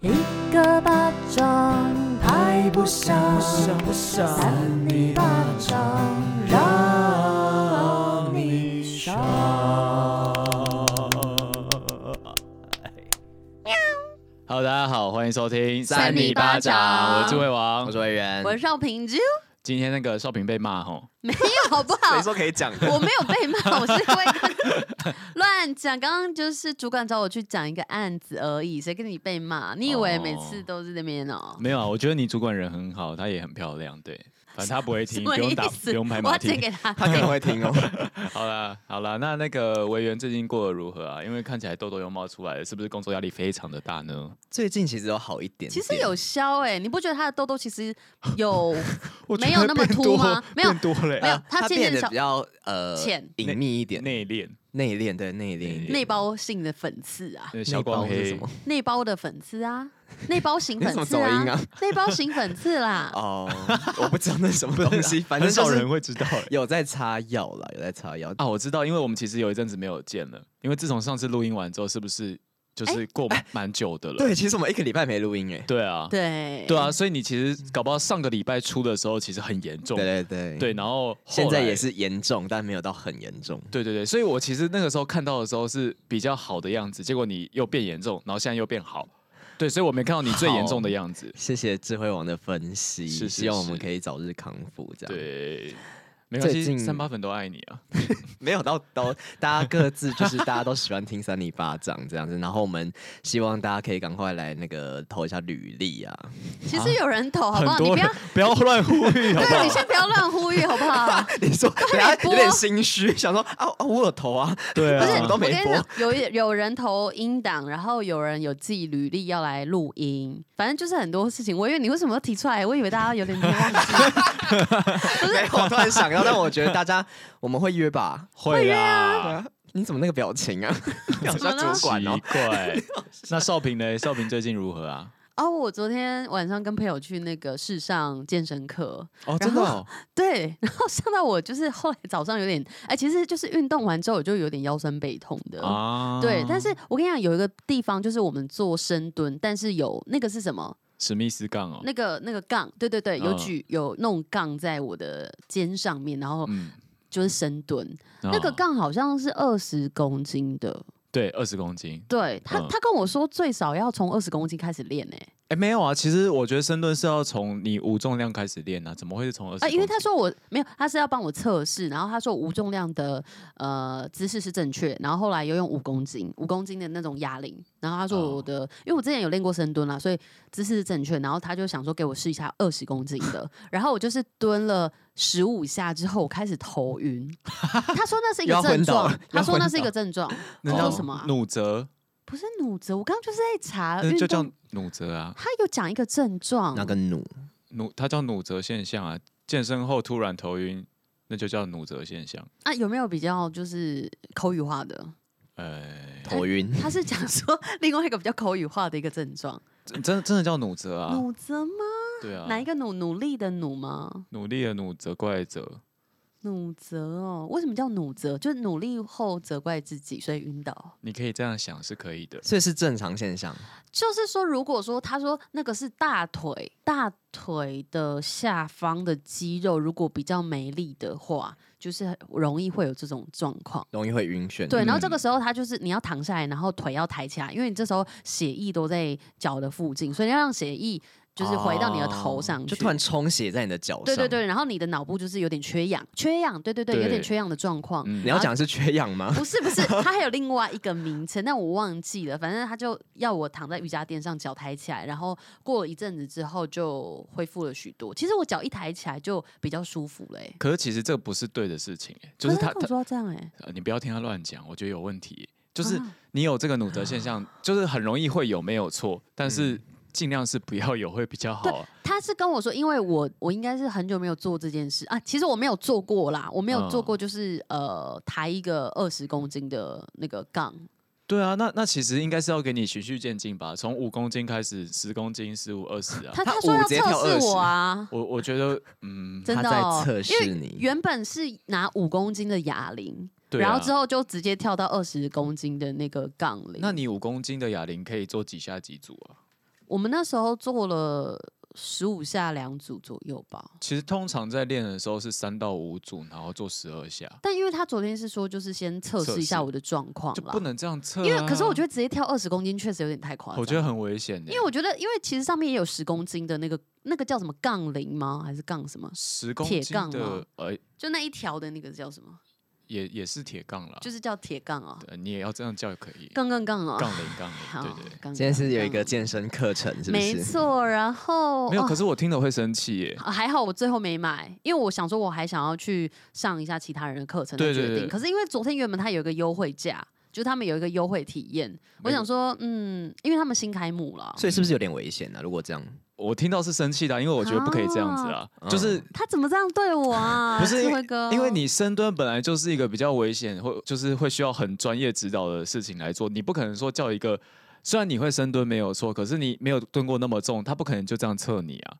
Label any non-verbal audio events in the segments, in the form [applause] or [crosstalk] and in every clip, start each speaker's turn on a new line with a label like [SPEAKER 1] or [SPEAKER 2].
[SPEAKER 1] 一个巴掌拍不响，
[SPEAKER 2] 不想
[SPEAKER 1] 扇你巴掌让你爽。
[SPEAKER 3] Hello，大家好，欢迎收听
[SPEAKER 4] 扇你巴掌
[SPEAKER 3] 我是魏王，
[SPEAKER 4] 我是委
[SPEAKER 3] [laughs]
[SPEAKER 4] 员，
[SPEAKER 1] 我少平之
[SPEAKER 3] 今天那个少平被骂吼，
[SPEAKER 1] 没有好不好
[SPEAKER 3] [laughs]
[SPEAKER 4] 谁？说可以讲？
[SPEAKER 1] 我没有被骂，我是因为乱讲。刚刚就是主管找我去讲一个案子而已，谁跟你被骂？你以为每次都是那边哦？
[SPEAKER 3] 没有啊，我觉得你主管人很好，她也很漂亮，对，反正她不会
[SPEAKER 1] 什
[SPEAKER 3] 听，
[SPEAKER 1] 么
[SPEAKER 3] 不用
[SPEAKER 1] 意
[SPEAKER 3] 打，不
[SPEAKER 1] 思？ [laughs]
[SPEAKER 3] 用拍
[SPEAKER 1] 我
[SPEAKER 3] 马
[SPEAKER 1] 要借
[SPEAKER 3] 屁。
[SPEAKER 1] 给他。哎
[SPEAKER 4] 他可能会听哦。
[SPEAKER 3] 好啦，好啦，那那个维园最近过得如何啊？因为看起来痘痘又冒出来了，是不是工作压力非常的大呢？
[SPEAKER 4] [laughs] 最近其实有好一点点，
[SPEAKER 1] 其实有消哎、你不觉得他的痘痘其实有 [laughs]
[SPEAKER 3] 我
[SPEAKER 1] 没有那么凸吗？没有
[SPEAKER 3] 变多了
[SPEAKER 1] 没有
[SPEAKER 4] 啊，
[SPEAKER 1] 他
[SPEAKER 4] 他
[SPEAKER 1] 渐
[SPEAKER 4] 变
[SPEAKER 1] 渐
[SPEAKER 4] 得
[SPEAKER 1] 小
[SPEAKER 4] 比较呃
[SPEAKER 1] 浅
[SPEAKER 4] 隐秘一点，
[SPEAKER 3] 内敛，
[SPEAKER 4] 内敛对内敛一点。
[SPEAKER 1] 内包性的粉刺啊，
[SPEAKER 3] 那
[SPEAKER 4] 内
[SPEAKER 3] 小
[SPEAKER 4] 包
[SPEAKER 3] 光
[SPEAKER 4] 是
[SPEAKER 3] 黑
[SPEAKER 4] 什
[SPEAKER 3] [laughs]
[SPEAKER 4] 么？
[SPEAKER 1] 内包的粉刺啊，内包型
[SPEAKER 4] 你
[SPEAKER 1] 粉
[SPEAKER 4] 怎么
[SPEAKER 1] 刺
[SPEAKER 4] 走音
[SPEAKER 1] 啊
[SPEAKER 4] 啊，
[SPEAKER 1] 内包型粉
[SPEAKER 3] [laughs]
[SPEAKER 1] 刺啦。
[SPEAKER 4] 哦，我不知道那是什么东西，反正
[SPEAKER 3] 啊很少
[SPEAKER 4] 就是
[SPEAKER 3] 人会知道欸
[SPEAKER 4] 有在擦药啦，有在擦药。
[SPEAKER 3] 啊。我知道，因为我们其实有一阵子没有见了，因为自从上次录音完之后，是不是就是过蛮久的了？
[SPEAKER 4] 对，其实我们一个礼拜没录音哎。
[SPEAKER 3] 对啊，
[SPEAKER 1] 对
[SPEAKER 3] 对啊，所以你其实搞不好上个礼拜初的时候其实很严重，
[SPEAKER 4] 对对对
[SPEAKER 3] 对，然后后
[SPEAKER 4] 现在
[SPEAKER 3] 来
[SPEAKER 4] 也，是严重，但没有到很严重。
[SPEAKER 3] 对对对，所以我其实那个时候看到的时候是比较好的样子，结果你又变严重，然后现在又变好，对，所以我没看到你最严重的样子，
[SPEAKER 4] 谢谢智慧王的分析，
[SPEAKER 3] 是是
[SPEAKER 4] 希望我们
[SPEAKER 3] 是
[SPEAKER 4] 可以早日康复。这样，
[SPEAKER 3] 对，没关
[SPEAKER 4] 最
[SPEAKER 3] 系，
[SPEAKER 4] 近
[SPEAKER 3] 三八粉都爱你啊，
[SPEAKER 4] 没有到都，大家各自就是大家都喜欢听三里巴掌这样子，然后我们希望大家可以赶快来那个投一下履历啊，
[SPEAKER 1] 其实有人投好不好？
[SPEAKER 3] 很
[SPEAKER 1] 你
[SPEAKER 3] 多
[SPEAKER 1] 不
[SPEAKER 3] 人
[SPEAKER 1] 要，
[SPEAKER 3] 不要乱呼吁，好
[SPEAKER 4] [laughs]
[SPEAKER 3] 不
[SPEAKER 1] 对你
[SPEAKER 3] 好？
[SPEAKER 1] 先不要乱呼吁好不好？
[SPEAKER 4] 你说等下
[SPEAKER 1] 播
[SPEAKER 4] 有点心虚，想说啊啊我有投啊，
[SPEAKER 3] 对
[SPEAKER 1] 不是，
[SPEAKER 4] 什
[SPEAKER 3] 啊
[SPEAKER 4] 么，
[SPEAKER 1] 我
[SPEAKER 4] 都
[SPEAKER 1] 跟
[SPEAKER 4] 没
[SPEAKER 1] 你
[SPEAKER 4] 播
[SPEAKER 1] 讲，有有人投音档，然后有人有自己履历要来录音，反正就是很多事情。我以为你为什么要提出来？我以为大家有点忘
[SPEAKER 3] [laughs]
[SPEAKER 1] 记。
[SPEAKER 4] 没有，我突然想到，但我觉得大家我们会约吧？
[SPEAKER 3] 会
[SPEAKER 4] 对
[SPEAKER 3] 啦，
[SPEAKER 4] 啊，你怎么那个表情啊？你好
[SPEAKER 1] 怎么了
[SPEAKER 4] 像主
[SPEAKER 3] 奇
[SPEAKER 4] 管 [laughs] 哦，
[SPEAKER 3] 怪，那少平呢？少平最近如何啊？
[SPEAKER 1] 哦，我昨天晚上跟朋友去那个世上健身课，
[SPEAKER 4] 哦
[SPEAKER 1] 真
[SPEAKER 4] 真
[SPEAKER 1] 的
[SPEAKER 4] 的、
[SPEAKER 1] 哦对，然后上到我就是后来早上有点，哎，其实就是运动完之后我就有点腰酸背痛的。
[SPEAKER 3] 啊，
[SPEAKER 1] 对，但是我跟你讲，有一个地方就是我们做深蹲，但是有那个是什么？
[SPEAKER 3] 史密斯杠哦，
[SPEAKER 1] 那个那个杠，对对对，有
[SPEAKER 3] 嗯
[SPEAKER 1] 举、有弄杠在我的肩上面，然后
[SPEAKER 3] 嗯，
[SPEAKER 1] 就是深蹲。
[SPEAKER 4] 嗯
[SPEAKER 1] 那
[SPEAKER 3] 哦
[SPEAKER 1] 个杠好像是二十公斤的，
[SPEAKER 3] 对二十公斤，
[SPEAKER 1] 对他
[SPEAKER 3] 嗯
[SPEAKER 1] 他跟我说最少要从二十公斤开始练呢、欸
[SPEAKER 3] 哎、没有啊，其实我觉得深蹲是要从你无重量开始练啊，怎么会是从二十？
[SPEAKER 1] 啊，因为他说我没有，他是要帮我测试，然后他说我无重量的呃姿势是正确，然后后来又用五公斤五公斤的那种哑铃，然后他说我
[SPEAKER 4] 哦
[SPEAKER 1] 的，因为我之前有练过深蹲啦，所以姿势是正确，然后他就想说给我试一下二十公斤的，然后我就是蹲了十五下之后，我开始头晕，
[SPEAKER 4] [laughs]
[SPEAKER 1] 他说那是一
[SPEAKER 4] 又
[SPEAKER 1] 个
[SPEAKER 4] 要
[SPEAKER 1] 症
[SPEAKER 4] 昏倒
[SPEAKER 1] 状
[SPEAKER 4] 了，
[SPEAKER 1] 他
[SPEAKER 4] 要
[SPEAKER 1] 说那
[SPEAKER 4] 昏
[SPEAKER 1] 是一
[SPEAKER 4] 倒
[SPEAKER 1] 个症
[SPEAKER 4] [laughs]
[SPEAKER 1] 状，
[SPEAKER 3] 那
[SPEAKER 1] 他
[SPEAKER 3] 叫
[SPEAKER 1] 说什么啊？
[SPEAKER 3] 哦努折，
[SPEAKER 1] 不是弩子，我刚刚就是在查
[SPEAKER 3] 那嗯
[SPEAKER 1] 运
[SPEAKER 3] 就叫
[SPEAKER 1] 动，
[SPEAKER 3] 努折啊，
[SPEAKER 1] 他有讲一个症状，
[SPEAKER 4] 那个弩，
[SPEAKER 3] 努它叫努折现象啊。健身后突然头晕，那就叫努折现象。
[SPEAKER 1] 啊有没有比较就是口语化
[SPEAKER 3] [laughs]
[SPEAKER 1] 的？
[SPEAKER 3] 哎、
[SPEAKER 4] 头
[SPEAKER 1] [laughs]
[SPEAKER 4] 晕，
[SPEAKER 1] 他是讲说另外一个比较口语化的一个症状，
[SPEAKER 3] 真真真的叫努折啊？
[SPEAKER 1] 努责吗？
[SPEAKER 3] 对啊，
[SPEAKER 1] 哪一个努？努力的努吗？
[SPEAKER 3] 努力的努责怪责？
[SPEAKER 1] 努责哦，为什么叫努责？就是努力后责怪自己，所以晕倒。
[SPEAKER 3] 你可以这样想是可以的。
[SPEAKER 4] 所以是正常现象。
[SPEAKER 1] 就是说，如果说他说那个是大腿，大腿的下方的肌肉如果比较没力的话，就是很容易会有这种状况。
[SPEAKER 4] 容易会晕眩，
[SPEAKER 1] 对，然后这
[SPEAKER 3] 嗯
[SPEAKER 1] 个时候他就是你要躺下来，然后腿要抬起来，因为你这时候血液都在脚的附近，所以要让血液就是回到你的头
[SPEAKER 4] 哦
[SPEAKER 1] 上去。
[SPEAKER 4] 就突然充血在你的脚上。
[SPEAKER 1] 对对，对，然后你的脑部就是有点缺氧，缺氧，对对对，有
[SPEAKER 3] 对
[SPEAKER 1] 点缺氧的状况。
[SPEAKER 3] 嗯
[SPEAKER 4] 你要讲的是缺氧吗？
[SPEAKER 1] 不是不是，它还有另外一个名称，但我忘记了。反正他就要我躺在瑜伽垫上，脚抬起来，然后过了一阵子之后就恢复了许多。其实我脚一抬起来就比较舒服了、欸，
[SPEAKER 3] 可是其实这不是对的事情、哎，就是
[SPEAKER 1] 可
[SPEAKER 3] 他
[SPEAKER 1] 他跟我
[SPEAKER 3] 他、
[SPEAKER 1] 说要这样哎、欸，
[SPEAKER 3] 呃你不要听他乱讲，我觉得有问题、就是
[SPEAKER 1] 啊
[SPEAKER 3] 你有这个努责现象，就是很容易会有没有错，但是尽量是不要有会比较好、啊。
[SPEAKER 1] 他是跟我说，因为我我应该是很久没有做这件事啊，其实我没有做过啦，我没有做过，
[SPEAKER 3] 嗯
[SPEAKER 1] 就是、呃抬一个二十公斤的那个杠，
[SPEAKER 3] 对啊，那那其实应该是要给你循序渐进吧，从五公斤开始，十公斤、十五、二十啊。
[SPEAKER 1] 他
[SPEAKER 4] 他
[SPEAKER 1] 说
[SPEAKER 4] 五
[SPEAKER 1] 要
[SPEAKER 4] 直接跳
[SPEAKER 1] 测试我啊，
[SPEAKER 3] 我我觉得，嗯，
[SPEAKER 1] 真
[SPEAKER 4] 他
[SPEAKER 1] 的、
[SPEAKER 4] 在
[SPEAKER 1] 哦，
[SPEAKER 4] 测
[SPEAKER 1] 因为
[SPEAKER 4] 试你。
[SPEAKER 1] 原本是拿五公斤的哑铃，
[SPEAKER 3] 对、啊。
[SPEAKER 1] 然后之，后就直接跳到二十公斤的那个杠铃。
[SPEAKER 3] 那你五公斤的哑铃可以做几下几组啊？
[SPEAKER 1] 我们那时候做了十五下两组左右吧。
[SPEAKER 3] 其实通常在练的时候是三到五组，然后做十二下，
[SPEAKER 1] 但因为他昨天是说，就是先测
[SPEAKER 3] 测
[SPEAKER 1] 试一下
[SPEAKER 3] 试
[SPEAKER 1] 我的状况
[SPEAKER 3] 就
[SPEAKER 1] 啦，
[SPEAKER 3] 不能这样测、啊。
[SPEAKER 1] 因为可是我觉得直接跳二十公斤确实有点太夸张。
[SPEAKER 3] 我觉得很危险欸的、
[SPEAKER 1] 因为我觉得，因为其实上面也有十公斤的那个那个叫什么杠铃吗？还是杠什么？
[SPEAKER 3] 十公
[SPEAKER 1] 铁
[SPEAKER 3] 斤
[SPEAKER 1] 杠啊
[SPEAKER 3] 的
[SPEAKER 1] 吗，
[SPEAKER 3] 呃，
[SPEAKER 1] 就那一条的那个叫什么？
[SPEAKER 3] 也也是铁杠啦。
[SPEAKER 1] 就是叫铁杠啊，
[SPEAKER 3] 对你也要这样叫也可以。
[SPEAKER 1] 杠杠杠啊。
[SPEAKER 3] 杠铃，杠
[SPEAKER 1] 好
[SPEAKER 3] 铃，对对。
[SPEAKER 1] 杠
[SPEAKER 4] 今天是有一
[SPEAKER 1] 杠
[SPEAKER 4] 个健身课程，是不
[SPEAKER 1] 嗯没
[SPEAKER 4] 是？
[SPEAKER 1] 错，然后
[SPEAKER 3] 没有，
[SPEAKER 1] 哦
[SPEAKER 3] 可是我听了会生气耶。
[SPEAKER 1] 还好我最后没买，因为我想说我还想要去上一下其他人的课程再
[SPEAKER 3] 对
[SPEAKER 1] 决定。
[SPEAKER 3] 对对
[SPEAKER 1] 可是因为昨天原本它有一个优惠价，就是他们有一个优惠体验，我
[SPEAKER 3] 没
[SPEAKER 1] 想
[SPEAKER 3] 有
[SPEAKER 1] 说，嗯，因为他们新开幕了，
[SPEAKER 4] 所以是不是有点危险啊呢？如果这样，
[SPEAKER 3] 我听到是生气的啊，因为我觉得不可以这样子啊，
[SPEAKER 4] 啊
[SPEAKER 3] 就是
[SPEAKER 1] 他怎么这样对我啊？
[SPEAKER 3] 不是
[SPEAKER 1] 智慧哥，
[SPEAKER 3] 因为你深蹲本来就是一个比较危险，或就是会需要很专业指导的事情来做，你不可能说叫一个。虽然你会深蹲没有错，可是你没有蹲过那么重，他不可能就这样测你啊！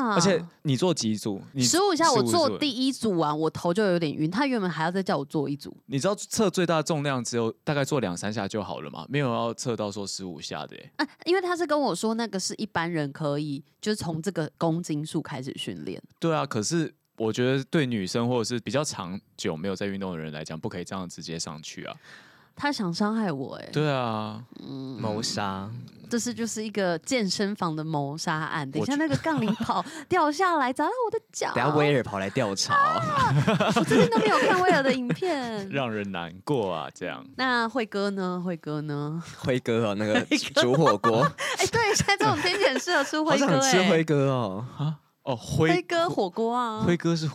[SPEAKER 1] 啊，
[SPEAKER 3] 而且你做几组？你
[SPEAKER 1] 十五下我
[SPEAKER 3] 15
[SPEAKER 1] 做
[SPEAKER 3] 组
[SPEAKER 1] 第一组完，我头就有点晕，他原本还要再叫我做一组，
[SPEAKER 3] 你知道测最大重量只有大概做两三下就好了嘛，没有要测到说十五下的、欸。
[SPEAKER 1] 啊，因为他是跟我说那个是一般人可以，就是从这个公斤数开始训练。
[SPEAKER 3] 对啊，可是我觉得对女生或者是比较长久没有在运动的人来讲，不可以这样直接上去啊。
[SPEAKER 1] 他想伤害我、哎，
[SPEAKER 3] 对啊，
[SPEAKER 1] 嗯
[SPEAKER 4] 谋杀，
[SPEAKER 1] 这是就是一个健身房的谋杀案。等一
[SPEAKER 3] 我
[SPEAKER 1] 下
[SPEAKER 3] 觉
[SPEAKER 1] 那个
[SPEAKER 4] [laughs]
[SPEAKER 1] 杠铃跑掉下来砸到我的脚，
[SPEAKER 4] 等下威尔跑来调查，哦
[SPEAKER 1] [laughs] 我最近都没有看威尔的影
[SPEAKER 4] [laughs]
[SPEAKER 1] 片。
[SPEAKER 3] 让人难过啊，这样。
[SPEAKER 1] 那慧哥呢？慧哥呢？ [laughs]
[SPEAKER 4] 辉哥哦，那个煮火锅，
[SPEAKER 1] 哎、对，现在这种天气很适合吃
[SPEAKER 4] 好
[SPEAKER 1] 辉哥、
[SPEAKER 4] 想吃
[SPEAKER 1] 哎，
[SPEAKER 4] 辉哥哦。
[SPEAKER 3] 哦，
[SPEAKER 1] 辉
[SPEAKER 3] 辉
[SPEAKER 1] 哥火锅啊，
[SPEAKER 3] 辉哥是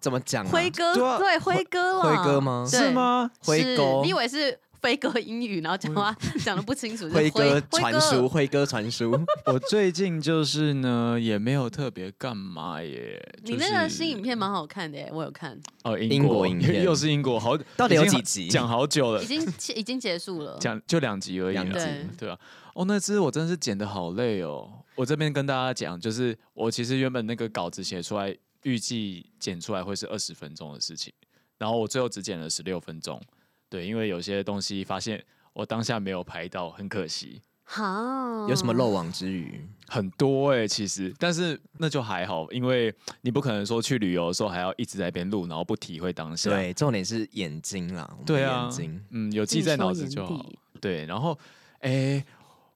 [SPEAKER 4] 怎么讲啊？
[SPEAKER 1] 辉哥
[SPEAKER 4] 对啊
[SPEAKER 1] 对辉哥啊啦，
[SPEAKER 4] 辉哥吗
[SPEAKER 1] 对
[SPEAKER 4] [laughs]
[SPEAKER 3] 是？吗？
[SPEAKER 4] 辉
[SPEAKER 1] 是
[SPEAKER 4] 哥
[SPEAKER 1] 你以为是飞哥英语，然后讲话
[SPEAKER 3] 嗯
[SPEAKER 1] [laughs] 讲的不清楚，就是
[SPEAKER 4] 辉哥
[SPEAKER 1] 辉
[SPEAKER 4] 传书，，辉哥传书，
[SPEAKER 3] 我最近就是呢，也没有特别干嘛耶。
[SPEAKER 1] 你那个新影片蛮好看的耶，我有看，
[SPEAKER 3] 哦，
[SPEAKER 4] 英
[SPEAKER 3] 英
[SPEAKER 4] 国
[SPEAKER 3] 国
[SPEAKER 4] 影片
[SPEAKER 3] 又是英国，好，
[SPEAKER 4] 到底有
[SPEAKER 3] 已经
[SPEAKER 4] 几集
[SPEAKER 3] 讲好久了
[SPEAKER 1] 已，经已经结束了。
[SPEAKER 3] 讲就两集而已啦，
[SPEAKER 4] 两
[SPEAKER 1] 集
[SPEAKER 3] 对啊。哦，那支我真是剪的好累哦。我这边跟大家讲，就是我其实原本那个稿子写出来，预计剪出来会是二十分钟的事情，然后我最后只剪了十六分钟。对，因为有些东西发现我当下没有拍到，很可惜，
[SPEAKER 1] 好，
[SPEAKER 4] 有什么漏网之鱼？
[SPEAKER 1] 嗯
[SPEAKER 3] 很多哎、其实，但是那就还好，因为你不可能说去旅游的时候还要一直在那边录，然后不体会当下。
[SPEAKER 4] 对，重点是眼睛啦，我们的
[SPEAKER 3] 对啊
[SPEAKER 4] 眼睛，
[SPEAKER 3] 嗯，有记
[SPEAKER 1] 尽
[SPEAKER 3] 在
[SPEAKER 1] 收
[SPEAKER 3] 脑子
[SPEAKER 1] 眼
[SPEAKER 3] 就好
[SPEAKER 1] 底。
[SPEAKER 3] 对，然后，哎、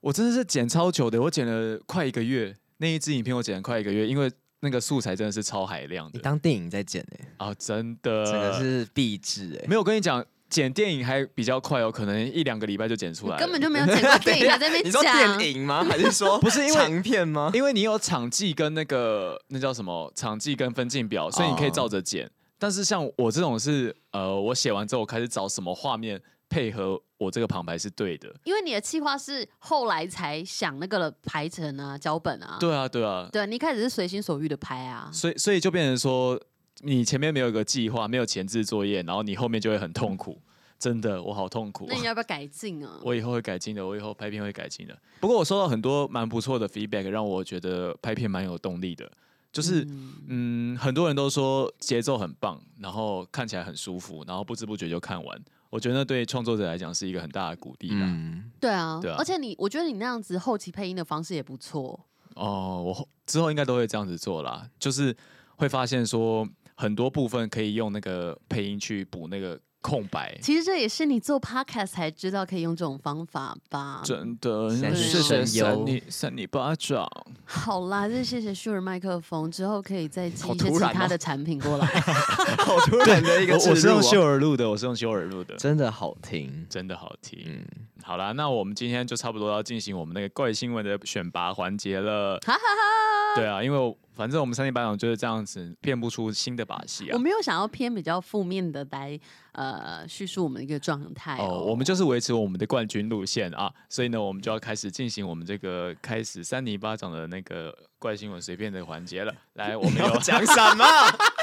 [SPEAKER 3] 我真的是剪超久的，我剪了快一个月，那一支影片我剪了快一个月，因为那个素材真的是超海量
[SPEAKER 4] 你
[SPEAKER 3] 的
[SPEAKER 4] 当电影在剪哎，
[SPEAKER 3] 啊，真的，
[SPEAKER 4] 真的是壁纸哎。
[SPEAKER 3] 没有我跟你讲，剪电影还比较快哦，可能一两个礼拜就剪出
[SPEAKER 1] 你
[SPEAKER 3] 来了，
[SPEAKER 1] 根本就没有剪过电影，还在那
[SPEAKER 3] [laughs]
[SPEAKER 4] 你
[SPEAKER 1] 边
[SPEAKER 4] 说
[SPEAKER 1] 讲。
[SPEAKER 4] 电影
[SPEAKER 1] [laughs]
[SPEAKER 4] 吗？还是说不是
[SPEAKER 3] 因为
[SPEAKER 4] 长片吗？
[SPEAKER 3] 因为你有场记跟那个那叫什么场记跟分镜表，所以你可以
[SPEAKER 4] 哦
[SPEAKER 3] 照着剪。但是像我这种是，呃，我写完之后我开始找什么画面配合我这个旁白是对的。
[SPEAKER 1] 因为你的计划是后来才想那个排程啊、脚本啊，
[SPEAKER 3] 对啊，对啊，
[SPEAKER 1] 对，你一开始是随心所欲的拍啊，
[SPEAKER 3] 所以所以就变成说，你前面没有一个计划，没有前置作业，然后你后面就会很痛苦。真的，我好痛苦
[SPEAKER 1] 那。你要不要改进啊？
[SPEAKER 3] [laughs] 我以后会改进的，我以后拍片会改进的。不过我收到很多蛮不错的 feedback，让我觉得拍片蛮有动力的。就是
[SPEAKER 1] 嗯
[SPEAKER 3] 嗯，很多人都说节奏很棒，然后看起来很舒服，然后不知不觉就看完。我觉得那对创作者来讲是一个很大的鼓励啦。
[SPEAKER 4] 嗯，
[SPEAKER 1] 对啊
[SPEAKER 3] 对啊，
[SPEAKER 1] 而且你，我觉得你那样子后期配音的方式也不错，
[SPEAKER 3] 哦，我后之后应该都会这样子做啦，就是会发现说很多部分可以用那个配音去补那个空白。
[SPEAKER 1] 其实这也是你做 podcast 才知道可以用这种方法吧？
[SPEAKER 3] 真的，
[SPEAKER 4] 三
[SPEAKER 3] 谢谢
[SPEAKER 4] 声优
[SPEAKER 3] 三你三你巴掌。
[SPEAKER 1] 好啦，这谢谢 Shure 麦克风，之后可以再寄
[SPEAKER 4] 好
[SPEAKER 1] 一些
[SPEAKER 4] 突
[SPEAKER 1] 其
[SPEAKER 4] 然
[SPEAKER 1] 他
[SPEAKER 4] 哦
[SPEAKER 1] 的产品过来。
[SPEAKER 4] [laughs] 好突然的一
[SPEAKER 3] 我
[SPEAKER 4] 个
[SPEAKER 3] 我
[SPEAKER 4] 植
[SPEAKER 3] 是
[SPEAKER 4] 入
[SPEAKER 3] 用
[SPEAKER 4] 哦
[SPEAKER 3] 秀耳录的，我是用秀耳录的，
[SPEAKER 4] 真的好听。
[SPEAKER 3] 真的好听。
[SPEAKER 4] 嗯，
[SPEAKER 3] 好啦，那我们今天就差不多要进行我们那个怪新闻的选拔环节了。
[SPEAKER 1] 哈哈哈！
[SPEAKER 3] 对啊，因为我反正我们三天班长就是这样子，变不出新的把戏
[SPEAKER 1] 我
[SPEAKER 3] 啊。
[SPEAKER 1] 没有想要偏比较负面的来呃叙述我们的一个状态哦
[SPEAKER 3] 哦，我们就是维持我们的冠军路线啊，所以呢，我们就要开始进行我们这个开始三尼巴掌的那个怪新闻随便的环节了。来，我 [laughs] 们有
[SPEAKER 4] 讲什么？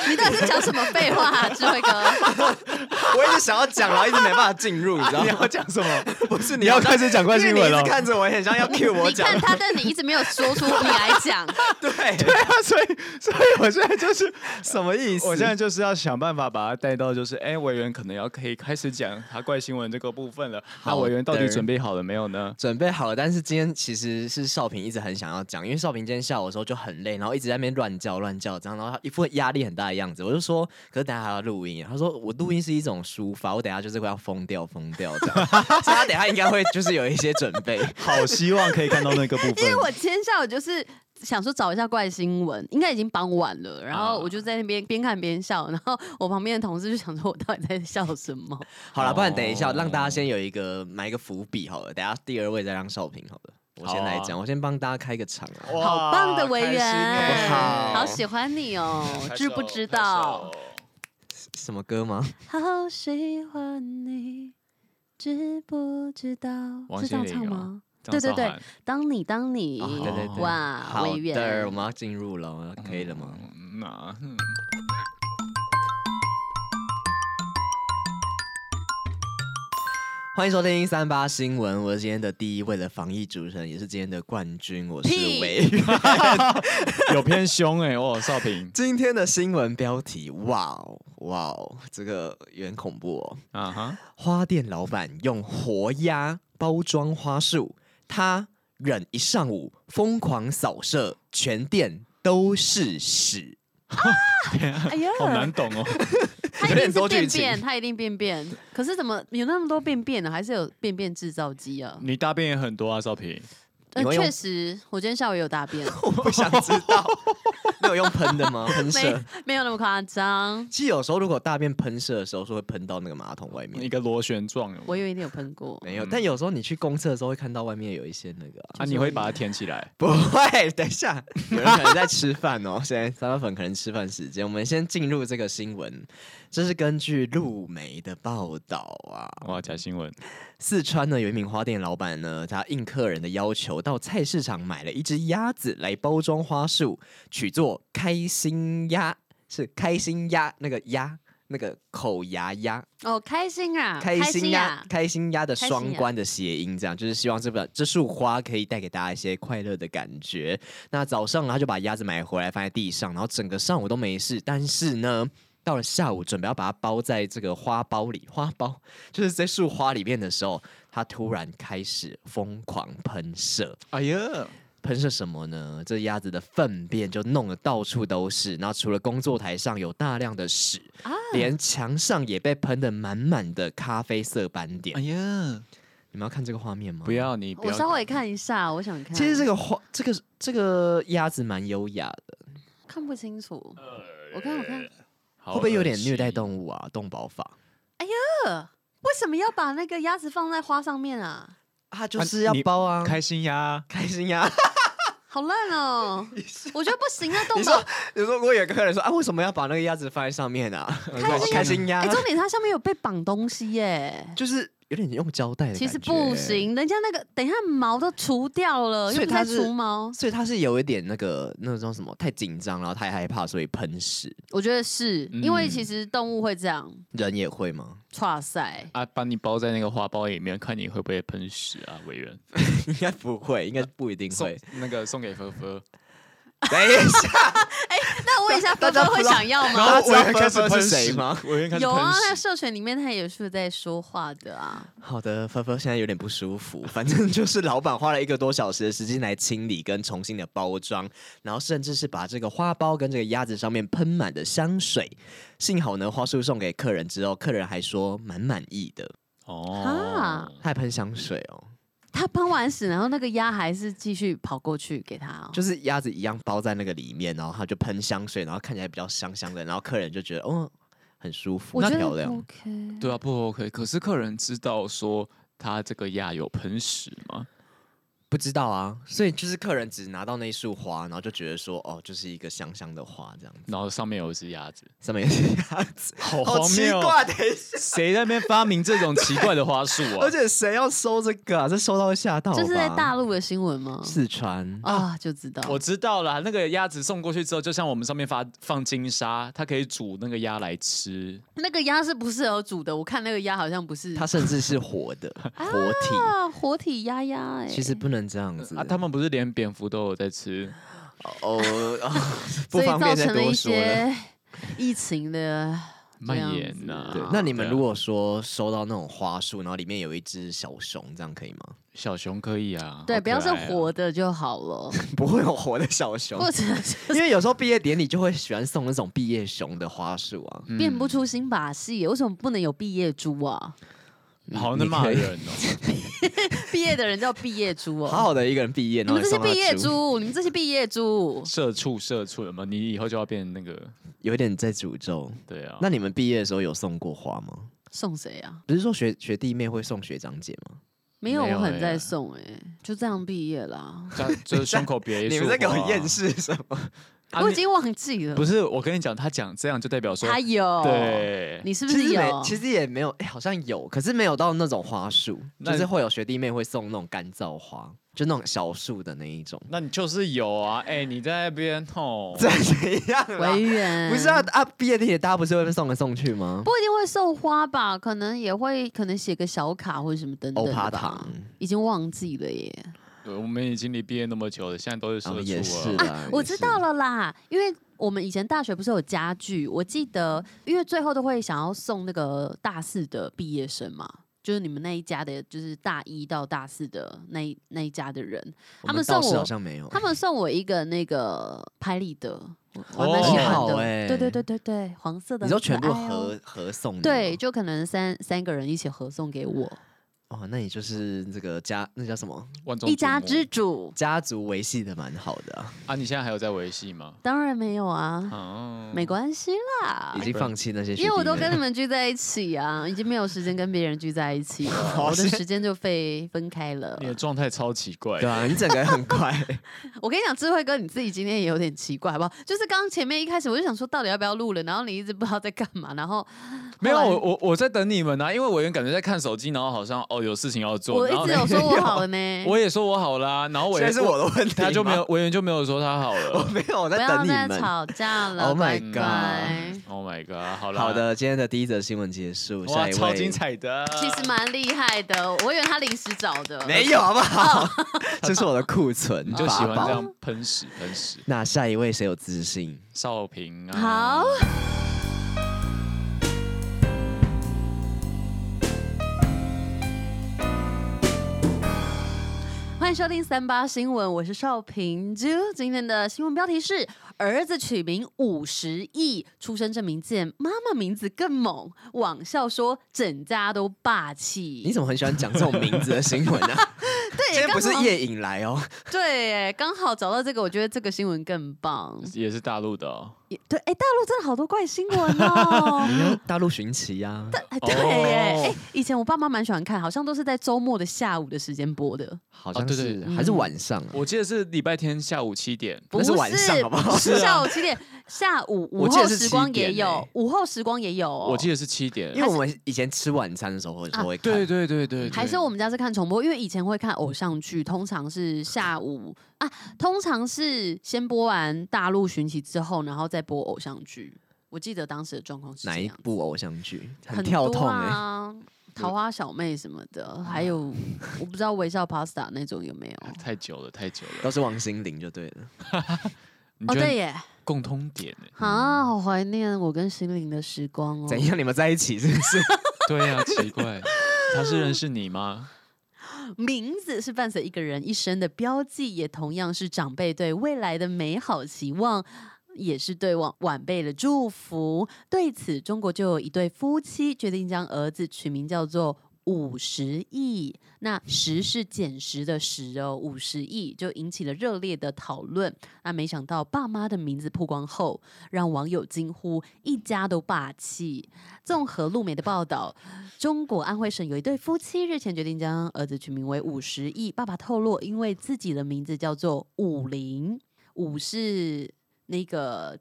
[SPEAKER 1] 你到底是讲什么废话、啊，智慧哥？
[SPEAKER 4] [laughs] 我一直想要讲，然后一直没办法进入，你知道
[SPEAKER 3] [laughs] 你
[SPEAKER 4] 吗？
[SPEAKER 3] 要讲什啊么？
[SPEAKER 4] 不是
[SPEAKER 3] 你要开始讲怪
[SPEAKER 4] 因为
[SPEAKER 3] 新闻
[SPEAKER 4] 你一
[SPEAKER 3] 了
[SPEAKER 4] 直。看着我，很像
[SPEAKER 1] [laughs]
[SPEAKER 4] 要 cue 我
[SPEAKER 1] 你
[SPEAKER 4] 讲
[SPEAKER 1] 看。他，但你一直没有说出你来讲。
[SPEAKER 4] 对，
[SPEAKER 3] 对啊，所以所以我现在就是
[SPEAKER 4] 什么意思？
[SPEAKER 3] [laughs] 我现在就是要想办法把他带到，就是哎、委员可能要可以开始讲他怪新闻这个部分了。那
[SPEAKER 4] 好
[SPEAKER 3] 委员到底
[SPEAKER 4] 的
[SPEAKER 3] 准备好了没有呢？
[SPEAKER 4] 准备好了，但是今天其实是少平一直很想要讲，因为少平今天下午的时候就很累，然后一直在那边乱叫乱叫这样，然后他一副压力很大的样子。我就说，可是等一下还要录音，他说我录音是一种抒发，我等一下就是会要疯掉疯掉这样，所以他等一下应该会就是有一些准备。
[SPEAKER 3] 好希望可以看到那个部分。
[SPEAKER 1] [laughs] 因为我今天下午就是想说找一下怪新闻，应该已经傍晚了，然后我就在那边边看边笑，然后我旁边的同事就想说我到底在笑什么？
[SPEAKER 4] 好了，不然等一下
[SPEAKER 3] 哦
[SPEAKER 4] 让大家先有一个埋一个伏笔好了，等一下第二位再让少平好了，我先来讲，
[SPEAKER 3] 好啊
[SPEAKER 4] 我先帮大家开个场啊。
[SPEAKER 3] 哇
[SPEAKER 1] 好棒的委
[SPEAKER 3] 开
[SPEAKER 1] 员，
[SPEAKER 3] 心
[SPEAKER 4] 好
[SPEAKER 3] 欸
[SPEAKER 1] 好喜欢你哦，
[SPEAKER 3] 拍
[SPEAKER 1] 知
[SPEAKER 3] 手
[SPEAKER 1] 不知
[SPEAKER 3] 哦
[SPEAKER 1] 道？
[SPEAKER 3] 拍手
[SPEAKER 4] 什么歌吗？
[SPEAKER 1] 好喜欢你，知不知道？
[SPEAKER 3] 王
[SPEAKER 1] 是这样
[SPEAKER 3] 心凌
[SPEAKER 1] 唱
[SPEAKER 3] 啊
[SPEAKER 1] 吗？
[SPEAKER 3] 张韶
[SPEAKER 1] 对对
[SPEAKER 3] 涵
[SPEAKER 1] 当你当你，
[SPEAKER 4] 哦对对对
[SPEAKER 1] 哇，
[SPEAKER 4] 好
[SPEAKER 1] 委
[SPEAKER 4] 的，我
[SPEAKER 1] 员，
[SPEAKER 4] 们要进入了，可以了吗？
[SPEAKER 3] 嗯啊，嗯
[SPEAKER 4] 欢迎收听一三八新闻，我是今天的第一位的防疫主持人，也是今天的冠军，我是
[SPEAKER 1] 屁
[SPEAKER 4] 韦宇。
[SPEAKER 3] [laughs] 有偏凶哎、哦，少平
[SPEAKER 4] [laughs] 今天的新闻标题，哇哦哇哦，这个有点恐怖哦！
[SPEAKER 3] 啊 [laughs] 哈，
[SPEAKER 4] 花店老板用活鸭包装花束，他忍一上午疯狂扫射，全店都是屎。 [laughs]
[SPEAKER 3] 啊
[SPEAKER 1] 哎呀，
[SPEAKER 3] 好难懂
[SPEAKER 1] [laughs]
[SPEAKER 3] 哦。
[SPEAKER 1] 他一
[SPEAKER 4] [laughs] 有
[SPEAKER 1] 定
[SPEAKER 4] 点
[SPEAKER 1] 是
[SPEAKER 4] 多
[SPEAKER 1] 便
[SPEAKER 4] 剧情
[SPEAKER 1] 便，他一定便便。可是怎么有那么多便便呢？还是有便便制造机啊？
[SPEAKER 3] 你大便也很多啊，少平。
[SPEAKER 1] 呃，
[SPEAKER 4] 你会用
[SPEAKER 1] 确实，我今天下午也有大便，
[SPEAKER 4] [laughs] 我不想知 [laughs] 道，没有用喷的 [laughs] 吗？喷射
[SPEAKER 1] 没。没有那么夸张，
[SPEAKER 4] 其实有时候如果大便喷射的时候，是会喷到那个马桶外面
[SPEAKER 3] 一。个螺旋状有没有，
[SPEAKER 1] 我以为你有喷过。
[SPEAKER 4] 没有，但有时候你去公厕的时候会看到外面有一些那个啊、
[SPEAKER 3] 啊，你会把它填起来。
[SPEAKER 4] 不会，等一下，有 [laughs] 人可能在吃饭哦。现在沙拉粉可能吃饭时间，我们先进入这个新闻。这是根据路媒的报道啊，
[SPEAKER 3] 哇，假新闻，
[SPEAKER 4] 四川呢有一名花店老板呢，他应客人的要求，到菜市场买了一只鸭子来包装花束，取作开心鸭，是开心鸭那个鸭。那个口牙鸭，
[SPEAKER 1] 哦，开心啊，
[SPEAKER 4] 开心鸭
[SPEAKER 1] 啊，，
[SPEAKER 4] 开心鸭的
[SPEAKER 1] 开心
[SPEAKER 4] 双
[SPEAKER 1] 鸭
[SPEAKER 4] 关的谐音，这样就是希望这本这束花可以带给大家一些快乐的感觉。那早上呢啊他就把鸭子买回来放在地上，然后整个上午都没事，但是呢。到了下午，准备要把它包在这个花苞里，花苞就是这束花里面的时候，它突然开始疯狂喷射，
[SPEAKER 3] 哎呀，
[SPEAKER 4] 喷射什么呢？这鸭子的粪便就弄得到处都是，然后除了工作台上有大量的屎，
[SPEAKER 1] 啊
[SPEAKER 4] 连墙上也被喷得满满的咖啡色斑点。
[SPEAKER 3] 哎呀，
[SPEAKER 4] 你们要看这个画面吗？
[SPEAKER 3] 不。要你，不
[SPEAKER 1] 我
[SPEAKER 3] 要
[SPEAKER 1] 稍微看一下，我想看。
[SPEAKER 4] 其实这个花，这个这个鸭子蛮优雅的，
[SPEAKER 1] 看不清楚，我看我看，
[SPEAKER 3] 好
[SPEAKER 4] 会不会有点
[SPEAKER 3] 恶心
[SPEAKER 4] 虐待动物啊？动保法，
[SPEAKER 1] 为什么要把那个鸭子放在花上面啊？
[SPEAKER 4] 它
[SPEAKER 3] 啊
[SPEAKER 4] 就是要
[SPEAKER 3] 你
[SPEAKER 4] 包啊，
[SPEAKER 3] 开心呀，
[SPEAKER 4] 开心呀、
[SPEAKER 1] 好烂哦！我觉得不行啊，
[SPEAKER 4] 你
[SPEAKER 1] 动
[SPEAKER 4] 说
[SPEAKER 1] 保。，
[SPEAKER 4] [laughs] 你说如果有个客人说啊，为什么要把那个鸭子放在上面啊？
[SPEAKER 3] 开心
[SPEAKER 4] 开心呀、
[SPEAKER 1] 哎，重点它上面有被绑东西耶。
[SPEAKER 4] 就是有点用胶带的，
[SPEAKER 1] 其实不。行，人家那个等一下毛都除掉了，
[SPEAKER 4] 所
[SPEAKER 1] 哦又
[SPEAKER 4] 以
[SPEAKER 1] 不在
[SPEAKER 4] 它是
[SPEAKER 1] 除毛。
[SPEAKER 4] 所以它是有一点那个那种什么太紧张，然后太害怕，所以喷屎。
[SPEAKER 1] 我觉得是因为
[SPEAKER 3] 嗯
[SPEAKER 1] 其实动物会这样
[SPEAKER 4] 人也会吗？ [laughs]
[SPEAKER 1] 串
[SPEAKER 4] 嗯
[SPEAKER 1] 塞。
[SPEAKER 3] 啊，把你包在那个花苞里面，看你会不会喷屎啊，委员。
[SPEAKER 4] 应该不会，应该不一定
[SPEAKER 3] 送
[SPEAKER 4] 会。
[SPEAKER 3] 那个送给菲菲，
[SPEAKER 4] 等一下， [laughs]
[SPEAKER 1] 哎那问一下，
[SPEAKER 4] 大
[SPEAKER 1] 芬
[SPEAKER 4] 家
[SPEAKER 1] 芬
[SPEAKER 4] 不
[SPEAKER 1] 会
[SPEAKER 4] 知道
[SPEAKER 1] 想要
[SPEAKER 4] [laughs] 然后
[SPEAKER 1] 吗？
[SPEAKER 4] 我也开始喷屎 [laughs]
[SPEAKER 3] 吗？委员开始
[SPEAKER 1] 有啊，那
[SPEAKER 3] 喷屎。
[SPEAKER 1] 社群里面他也是在说话的啊。
[SPEAKER 4] 好的，芬芬现在有点不舒服，反正就是老板花了一个多小时的时间来清理跟重新的包装，然后甚至是把这个花苞跟这个鸭子上面喷满的香水。幸好呢，花束送给客人之后，客人还说蛮满意的，
[SPEAKER 1] 啊
[SPEAKER 3] 哦，
[SPEAKER 4] 他还喷香水哦，
[SPEAKER 1] 他喷完屎，然后那个鸭还是继续跑过去给他、哦。
[SPEAKER 4] 就是鸭子一样包在那个里面，然后他就喷香水，然后看起来比较香香的，然后客人就觉得哦很舒服，
[SPEAKER 1] 我觉
[SPEAKER 4] 很
[SPEAKER 1] 得
[SPEAKER 4] 漂亮。
[SPEAKER 1] OK。
[SPEAKER 3] 对啊，不 OK。可是客人知道说他这个亚有喷屎吗？
[SPEAKER 4] 不知道啊，所以就是客人只拿到那一束花，然后就觉得说哦，就是一个香香的花这样子，
[SPEAKER 3] 然后上面有一只鸭子，
[SPEAKER 4] 上面也是鸭子，[laughs]
[SPEAKER 3] 好
[SPEAKER 4] 好
[SPEAKER 3] 荒
[SPEAKER 4] 奇
[SPEAKER 3] 谬哦！
[SPEAKER 4] 怪，等一下，
[SPEAKER 3] 谁在那边发明这种奇怪的花束啊
[SPEAKER 4] [laughs] 而？且谁要收这个啊？这收到会吓到吧，
[SPEAKER 1] 这是在大陆的新闻吗？
[SPEAKER 4] 四川
[SPEAKER 1] 啊，就知道。
[SPEAKER 3] 我知道了，那个鸭子送过去之后，就像我们上面发放金沙，它可以煮那个鸭来吃。
[SPEAKER 1] 那个鸭是不适合煮的，我看那个鸭好像不是
[SPEAKER 4] 它甚至是活的活体，
[SPEAKER 1] [laughs] 啊，活体鸭鸭哎，
[SPEAKER 4] 其实不能这样子
[SPEAKER 3] 啊，他们不是连蝙蝠都有在吃？
[SPEAKER 4] [laughs] 哦， [laughs] 哦不
[SPEAKER 1] 所以
[SPEAKER 4] 方
[SPEAKER 1] 造
[SPEAKER 4] 便再
[SPEAKER 1] 成了
[SPEAKER 4] 多
[SPEAKER 1] 一
[SPEAKER 4] 说了。
[SPEAKER 1] 些 [laughs] 疫情的
[SPEAKER 3] 蔓延呐、
[SPEAKER 1] 这
[SPEAKER 4] 对
[SPEAKER 1] 样，
[SPEAKER 4] 那你们
[SPEAKER 3] 对啊
[SPEAKER 4] 如果说收到那种花束，然后里面有一只小熊，这样可以吗？
[SPEAKER 3] 小熊可以啊，
[SPEAKER 1] 对，
[SPEAKER 3] 好
[SPEAKER 1] 不要
[SPEAKER 3] 可
[SPEAKER 1] 是
[SPEAKER 3] 爱啊
[SPEAKER 1] 活的就好
[SPEAKER 4] [laughs]
[SPEAKER 1] 了，
[SPEAKER 4] [laughs] 不会有活的小熊，
[SPEAKER 1] 或者是
[SPEAKER 4] 因为有时候毕业典礼就会喜欢送那种毕业熊的花束啊。
[SPEAKER 3] 嗯
[SPEAKER 1] 变不出新把戏耶，为什么不能有毕业猪啊？
[SPEAKER 3] 好能骂
[SPEAKER 4] 你可以
[SPEAKER 3] 人哦。
[SPEAKER 1] 毕业的人叫毕业
[SPEAKER 4] 好
[SPEAKER 1] 猪哦，
[SPEAKER 4] 好的一个人毕业，
[SPEAKER 1] 你
[SPEAKER 4] 然后
[SPEAKER 1] 们这些
[SPEAKER 4] 送他
[SPEAKER 1] 毕业
[SPEAKER 4] 猪，
[SPEAKER 1] 猪，你们这些毕业猪，
[SPEAKER 3] 社畜，社畜了嘛？你以后就要变那个，
[SPEAKER 4] 有点在诅咒。
[SPEAKER 3] 对啊。
[SPEAKER 4] 那你们毕业的时候有送过花吗？
[SPEAKER 1] 送谁啊？
[SPEAKER 4] 不是说学学弟妹会送学长姐吗？
[SPEAKER 1] 没有，
[SPEAKER 3] 没有
[SPEAKER 1] 我很
[SPEAKER 3] 哎
[SPEAKER 1] 在送哎，就这样毕业啦。
[SPEAKER 3] 那就是胸口别一啊束花
[SPEAKER 4] 世什么？
[SPEAKER 3] 啊
[SPEAKER 1] 我已
[SPEAKER 3] 你
[SPEAKER 1] 经忘记了
[SPEAKER 3] 不，是，我跟你讲，他讲这样就代表说
[SPEAKER 1] 他，有，
[SPEAKER 3] 对，
[SPEAKER 1] 你是不
[SPEAKER 4] 其
[SPEAKER 1] 是
[SPEAKER 4] 实没
[SPEAKER 1] 有？，
[SPEAKER 4] 其实也没有，哎、好像有，可是没有到那种花束，
[SPEAKER 3] 那
[SPEAKER 4] 就是会有学弟妹会送那种干燥花，就那种小束的那一种。
[SPEAKER 3] 那你就是有啊。哎、你在那边吼，
[SPEAKER 4] 这 [laughs] 怎样啦
[SPEAKER 1] 维园
[SPEAKER 4] 不是啊啊！毕业典礼大家不是会被送来送去吗？
[SPEAKER 1] 嗯不一定会送花吧，可能也会可能写个小卡或者什么等等的
[SPEAKER 4] 欧
[SPEAKER 1] 吧
[SPEAKER 4] 趴糖
[SPEAKER 1] 已经忘记了耶。
[SPEAKER 3] 呃我们已经离毕业那么久了，现在都是社畜
[SPEAKER 4] 哦
[SPEAKER 3] 了。
[SPEAKER 4] 也是啦
[SPEAKER 1] 啊，我知道了啦，因为我们以前大学不是有家具，我记得，因为最后都会想要送那个大四的毕业生嘛。就是你们那一家的，就是大一到大四的那一那一家的人，他
[SPEAKER 4] 们
[SPEAKER 1] 们
[SPEAKER 4] 倒
[SPEAKER 1] 送
[SPEAKER 4] 是好
[SPEAKER 1] 我，
[SPEAKER 4] 像没有
[SPEAKER 1] 他。们送我一个那个拍立得，我还蛮
[SPEAKER 3] 哦很
[SPEAKER 1] 喜欢
[SPEAKER 4] 好
[SPEAKER 1] 的。
[SPEAKER 4] 欸
[SPEAKER 1] 对对对对对，黄色的
[SPEAKER 4] 你
[SPEAKER 1] 很可爱
[SPEAKER 4] 说
[SPEAKER 1] 哦，
[SPEAKER 4] 全部合嗯合送的
[SPEAKER 1] 对，
[SPEAKER 4] 吗
[SPEAKER 1] 就可能三三个人一起合送给我，
[SPEAKER 4] 哦，那你就是这个家那叫什么
[SPEAKER 3] 万众
[SPEAKER 1] 一家
[SPEAKER 3] 瞩目
[SPEAKER 1] 之主。
[SPEAKER 4] 家族维系的蛮好的啊、
[SPEAKER 3] 啊！你现在还有在维系吗？
[SPEAKER 1] 当然没有啊，
[SPEAKER 3] 哦，
[SPEAKER 4] 嗯
[SPEAKER 1] 没关系啦
[SPEAKER 4] 已，经放弃那些学弟
[SPEAKER 1] 啊
[SPEAKER 4] 妹，
[SPEAKER 1] 因为我都跟你们聚在一起啊，已经没有时间跟别人聚在一起
[SPEAKER 4] [laughs]
[SPEAKER 1] 了，
[SPEAKER 4] 好
[SPEAKER 1] 我的
[SPEAKER 4] 哦是
[SPEAKER 1] 时间就被分开了
[SPEAKER 3] 你。的状态超奇怪
[SPEAKER 4] 对。啊，你整个人很快，
[SPEAKER 1] 我跟你讲，智慧哥，你自己今天也有点奇怪，好不好？就是刚前面一开始我就想说，到底要不要录了，然后你一直不知道在干嘛，然后
[SPEAKER 3] 没有，
[SPEAKER 1] 后来
[SPEAKER 3] 我我我在等你们啊，因为我原感觉在看手机，然后好像哦有事情要做，
[SPEAKER 1] 我
[SPEAKER 3] 然后
[SPEAKER 1] 一直
[SPEAKER 3] [laughs]
[SPEAKER 1] 有说我好了呢，
[SPEAKER 3] 我也说我好啦，然后 [laughs] 我
[SPEAKER 4] 现
[SPEAKER 3] 也
[SPEAKER 4] 在是我的问题，
[SPEAKER 3] 他就没有，，我原就没有说他好
[SPEAKER 4] 我
[SPEAKER 3] 了。
[SPEAKER 4] 没有我
[SPEAKER 1] 不
[SPEAKER 4] 在等
[SPEAKER 1] 要
[SPEAKER 4] 你
[SPEAKER 1] 再
[SPEAKER 4] 们。
[SPEAKER 1] 吵架了
[SPEAKER 4] Oh my
[SPEAKER 1] 拜拜
[SPEAKER 3] Oh my god，好啦，
[SPEAKER 4] 好，的，今天的第一则新闻结束，下
[SPEAKER 3] 哇，
[SPEAKER 4] 一位
[SPEAKER 3] 超精，彩的，
[SPEAKER 1] 其实蛮厉害的，我以为他临时找的，
[SPEAKER 4] 没有好不
[SPEAKER 1] 哦
[SPEAKER 4] 好？ [laughs] 这是我的库存，
[SPEAKER 3] 你就喜欢
[SPEAKER 4] 法宝
[SPEAKER 3] 这样喷屎喷屎，
[SPEAKER 4] 那下一位谁有自信？
[SPEAKER 3] 少平啊，
[SPEAKER 1] 好，欢迎收听三八新闻，我是邵平啾。今天的新闻标题是：儿子取名五十亿，出生证明见妈妈名字更猛，网校说整家都霸
[SPEAKER 4] 你
[SPEAKER 1] 气。
[SPEAKER 4] 怎么很喜欢讲这种名字的新闻呢、
[SPEAKER 1] [laughs]
[SPEAKER 4] 啊？今天
[SPEAKER 1] 对，
[SPEAKER 4] 不是
[SPEAKER 1] 哎刚好
[SPEAKER 4] 夜影来哦，
[SPEAKER 1] 对，哎刚好找到这个，我觉得这个新闻更棒。
[SPEAKER 3] 也是大陆的哦，
[SPEAKER 1] 也 [laughs] 对，哎，大陆真的好多怪新闻 [laughs] 哦。
[SPEAKER 4] [laughs] 大陆寻奇啊呀、
[SPEAKER 1] 哎，对
[SPEAKER 3] 哦
[SPEAKER 1] 耶！哎、以前我爸妈蛮喜欢看，好像都是在周末的下午的时间播的，
[SPEAKER 4] 好
[SPEAKER 3] 哦
[SPEAKER 4] 像
[SPEAKER 3] 对
[SPEAKER 4] 是、
[SPEAKER 3] 对
[SPEAKER 4] 还是晚上啊。
[SPEAKER 3] 我记得是礼拜天下午七点，
[SPEAKER 1] 不
[SPEAKER 4] 那是晚上好不好
[SPEAKER 1] 不是
[SPEAKER 3] 是啊
[SPEAKER 1] 下午七点，下午午
[SPEAKER 4] 我记得
[SPEAKER 1] 后
[SPEAKER 4] 是
[SPEAKER 1] 时光也
[SPEAKER 4] 7点
[SPEAKER 1] 有
[SPEAKER 4] 欸，
[SPEAKER 1] 午后时光也有、哦。
[SPEAKER 3] 我记得是七点，
[SPEAKER 4] 因为我们以前吃晚餐的时候会
[SPEAKER 1] 啊
[SPEAKER 4] 会看，
[SPEAKER 3] 对对对对，对
[SPEAKER 1] 还是我们家是看重播，因为以前会看偶像剧，通常是下午啊，通常是先播完大陆寻奇之后，然后再播偶像剧。我记得当时的状况是
[SPEAKER 4] 哪
[SPEAKER 1] 这
[SPEAKER 4] 一
[SPEAKER 1] 样，
[SPEAKER 4] 部偶像剧很
[SPEAKER 1] 很
[SPEAKER 4] 跳
[SPEAKER 1] 多
[SPEAKER 4] 痛哎、
[SPEAKER 1] 啊，
[SPEAKER 4] [laughs]
[SPEAKER 1] 桃花小妹什么的，还有
[SPEAKER 4] 啊
[SPEAKER 1] 我不知道微笑 Pasta 那种有没有？
[SPEAKER 3] [laughs] 太久了太久了，
[SPEAKER 4] 都是王心凌就对了。
[SPEAKER 3] 你
[SPEAKER 1] 哦，
[SPEAKER 3] 觉
[SPEAKER 1] 对
[SPEAKER 3] 得
[SPEAKER 1] 耶，
[SPEAKER 3] 共通点欸
[SPEAKER 1] 啊，好怀念我跟心灵的时光哦。
[SPEAKER 4] 嗯怎样？你们在一起是不是？
[SPEAKER 3] 对啊，奇怪，他是认识你吗？
[SPEAKER 1] 名字是伴随一个人一生的标记，也同样是长辈对未来的美好期望。也是对晚晚辈的祝福。对此，中国就有一对夫妻决定将儿子取名叫做五十亿，那十是减十的十哦，五十亿就引起了热烈的讨论。那没想到爸妈的名字曝光后，让网友惊呼一家都霸气。综合路媒的报道，中国安徽省有一对夫妻日前决定将儿子取名为五十亿。爸爸透露，因为自己的名字叫做五零，五是那个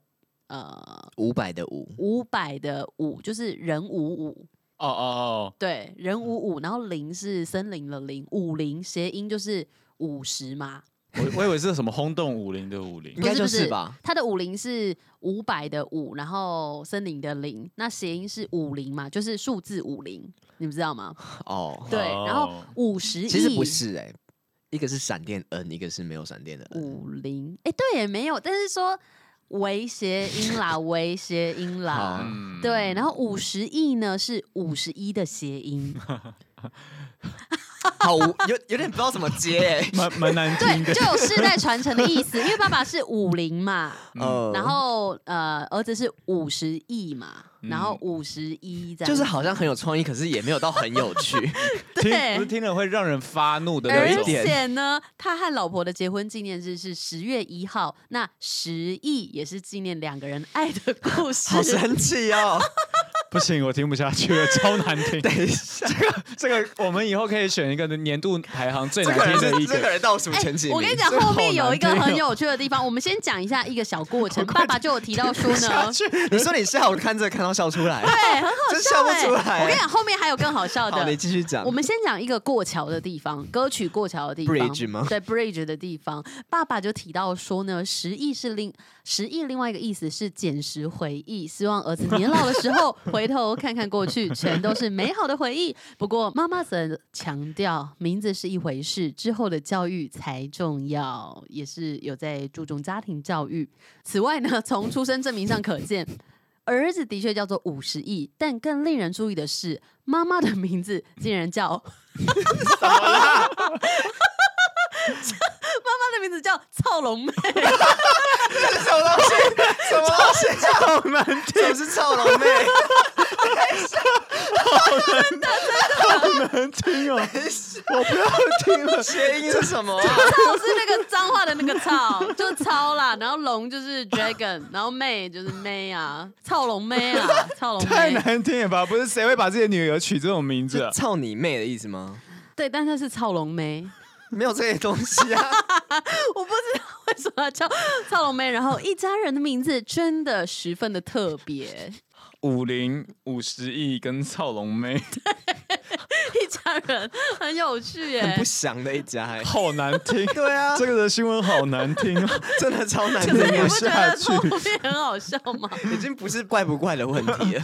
[SPEAKER 1] 呃
[SPEAKER 4] 五百的五，
[SPEAKER 1] 五百的五，就是人五五。
[SPEAKER 3] [laughs] 哦哦
[SPEAKER 1] 对，人五
[SPEAKER 4] 嗯
[SPEAKER 1] 五，然后零是森林的林，五零谐音就是五十嘛。
[SPEAKER 3] 哦，我我以为是什么轰动武林的武林
[SPEAKER 4] 应，该
[SPEAKER 1] 不是
[SPEAKER 4] 就
[SPEAKER 1] 不
[SPEAKER 4] 是
[SPEAKER 1] 是
[SPEAKER 4] 吧？
[SPEAKER 1] 它的五零是五百的五，然后森林的林，那谐音是五零嘛，就是数字五零，你们知道吗？
[SPEAKER 4] 哦，
[SPEAKER 1] 对，然后
[SPEAKER 3] 哦
[SPEAKER 1] 五十亿
[SPEAKER 4] 其实不是哎、一个是闪电 N，一个是没有闪电的 N。
[SPEAKER 1] 五零，哎，对，也没有，但是说微谐
[SPEAKER 4] [laughs]
[SPEAKER 1] 音啦，微谐音
[SPEAKER 4] 好啊
[SPEAKER 1] 啦。
[SPEAKER 3] 嗯，
[SPEAKER 1] 对，然后五十亿呢是五十一的谐音，
[SPEAKER 4] 好无有有点不知道怎么接、
[SPEAKER 3] [laughs]
[SPEAKER 4] 欸，
[SPEAKER 3] 蛮蛮难听的
[SPEAKER 1] 对，，就有世代传承的意思，因为爸爸是五零嘛，
[SPEAKER 4] 呃
[SPEAKER 1] 然后呃，儿子是五十亿嘛，然后五十一这
[SPEAKER 4] 嗯
[SPEAKER 1] 样，
[SPEAKER 4] 就是好像很有创意，可是也没有到很有趣。
[SPEAKER 3] 听
[SPEAKER 1] 对
[SPEAKER 3] 不是听了会让人发怒的
[SPEAKER 1] 而
[SPEAKER 3] 那种。
[SPEAKER 1] 且呢，他和老婆的结婚纪念日是十月一号，那十亿也是纪念两个人爱的故
[SPEAKER 4] 好
[SPEAKER 1] 事。
[SPEAKER 4] 神奇哦！
[SPEAKER 3] 不行，我听不下去了，超难听。
[SPEAKER 4] 等一下，
[SPEAKER 3] 这个我们以后可以选一个年度排行最
[SPEAKER 4] 这
[SPEAKER 3] 难
[SPEAKER 4] 个人
[SPEAKER 3] 听的一
[SPEAKER 4] 是哎这个
[SPEAKER 3] 个。
[SPEAKER 4] 人倒数前几名。
[SPEAKER 1] 哎我跟你讲，后面有一
[SPEAKER 4] [laughs]
[SPEAKER 1] 个
[SPEAKER 4] 哦
[SPEAKER 1] 很有趣的地方，我们先讲一下一个小过程。爸爸就有提到
[SPEAKER 4] [laughs]
[SPEAKER 1] 说 [laughs] 呢，
[SPEAKER 4] 你说你下午看这个看到笑出来，
[SPEAKER 1] 对，很好
[SPEAKER 4] 真
[SPEAKER 1] 笑
[SPEAKER 4] 笑不
[SPEAKER 1] 哎、
[SPEAKER 4] 出来。
[SPEAKER 1] 我跟你讲，后面还有更好笑
[SPEAKER 4] 好，
[SPEAKER 1] 的
[SPEAKER 4] 你。继续讲
[SPEAKER 1] 我。们先讲一个过桥的地方，歌曲过桥的地方
[SPEAKER 4] Bridge 吗 [laughs]
[SPEAKER 1] 对，bridge 的地方，爸爸就提到说呢，十亿是另十亿另外一个意思是捡拾回忆，希望儿子年老的
[SPEAKER 4] [laughs]
[SPEAKER 1] 时候回头看看过去，全都是美好的回忆。不过妈妈则强调，名字是一回事，之后的教育才重要，也是有在注重家庭教育。此外呢，从出生证明上可见。儿子的确叫做五十亿，但更令人注意的是，妈妈的名字竟然叫妈妈的名字叫 [laughs] 操龙妹，
[SPEAKER 4] 这什么东西？什么东西？好难听！什么是臭龙 [laughs] 妹？
[SPEAKER 3] 难听哦，
[SPEAKER 4] 我不要听了。谐音是什么啊？
[SPEAKER 1] 操是那个脏话的那个操，就操啦，然后龙就是 dragon，然后妹就是妹啊，操龙妹啊，操龙
[SPEAKER 3] 太
[SPEAKER 1] 妹，
[SPEAKER 3] 难听了吧？不是谁会把自己的女儿取这种名字
[SPEAKER 4] 是
[SPEAKER 3] 啊？
[SPEAKER 4] 操你妹的意思吗？
[SPEAKER 1] 对，但是是操龙妹，
[SPEAKER 4] 没有这些东西
[SPEAKER 1] [laughs]
[SPEAKER 4] 啊。
[SPEAKER 1] 我不知道为什么要叫操龙妹，然后一家人的名字真的十分的特别，
[SPEAKER 3] 五零五十亿跟操龙妹，
[SPEAKER 1] 一家人很有趣耶、
[SPEAKER 4] 很不祥的一家欸。
[SPEAKER 3] 好难听。
[SPEAKER 4] 对啊，
[SPEAKER 3] 这个的新闻好难听啊！ [laughs]
[SPEAKER 4] 真的超难
[SPEAKER 1] 可是你
[SPEAKER 4] 听
[SPEAKER 1] 不
[SPEAKER 4] 的，
[SPEAKER 1] 觉得后面很好笑吗？
[SPEAKER 4] 已经不是怪不怪的问 [laughs] 题了。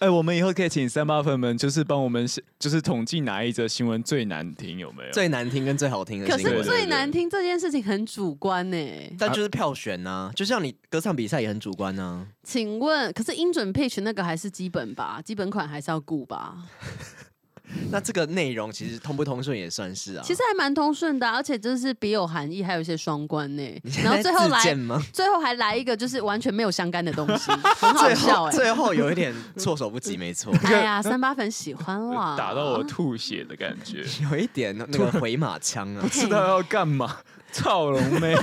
[SPEAKER 3] 哎、我们以后可以请三八粉们，就是帮我们写就是统计哪一则新闻最难听，有没有？
[SPEAKER 4] 最难听跟最好听的
[SPEAKER 1] 可
[SPEAKER 4] 新
[SPEAKER 1] 是
[SPEAKER 4] 闻，
[SPEAKER 1] 最难听这件事情很主观呢、
[SPEAKER 4] 但就是票选呐、就像你歌唱比赛也很主观啊呐、
[SPEAKER 1] 请问，可是音准配群那个还是基本吧？基本款还是要顾吧？
[SPEAKER 4] 那这个内容其实通不通顺也算是啊。
[SPEAKER 1] 其实还蛮通顺的啊、而且真是别有含义，还有一些双关呢、
[SPEAKER 4] 你
[SPEAKER 1] 然后
[SPEAKER 4] 在
[SPEAKER 1] 最后
[SPEAKER 4] 自荐
[SPEAKER 1] 来，
[SPEAKER 4] 吗？
[SPEAKER 1] 最后还来一个就是完全没有相干的东
[SPEAKER 4] [laughs]
[SPEAKER 1] 西，很好
[SPEAKER 4] 最
[SPEAKER 1] 笑
[SPEAKER 4] 后
[SPEAKER 1] 哎、
[SPEAKER 4] 最后有一点措手不
[SPEAKER 1] [laughs]
[SPEAKER 4] 及，没错，
[SPEAKER 1] 哎呀，三八粉喜
[SPEAKER 3] [laughs]
[SPEAKER 1] 欢啦，
[SPEAKER 3] 打到我吐血的感觉，
[SPEAKER 4] 有一点那个回马
[SPEAKER 1] [laughs]
[SPEAKER 4] 枪啊
[SPEAKER 3] 不。知道要干嘛。操龙妹，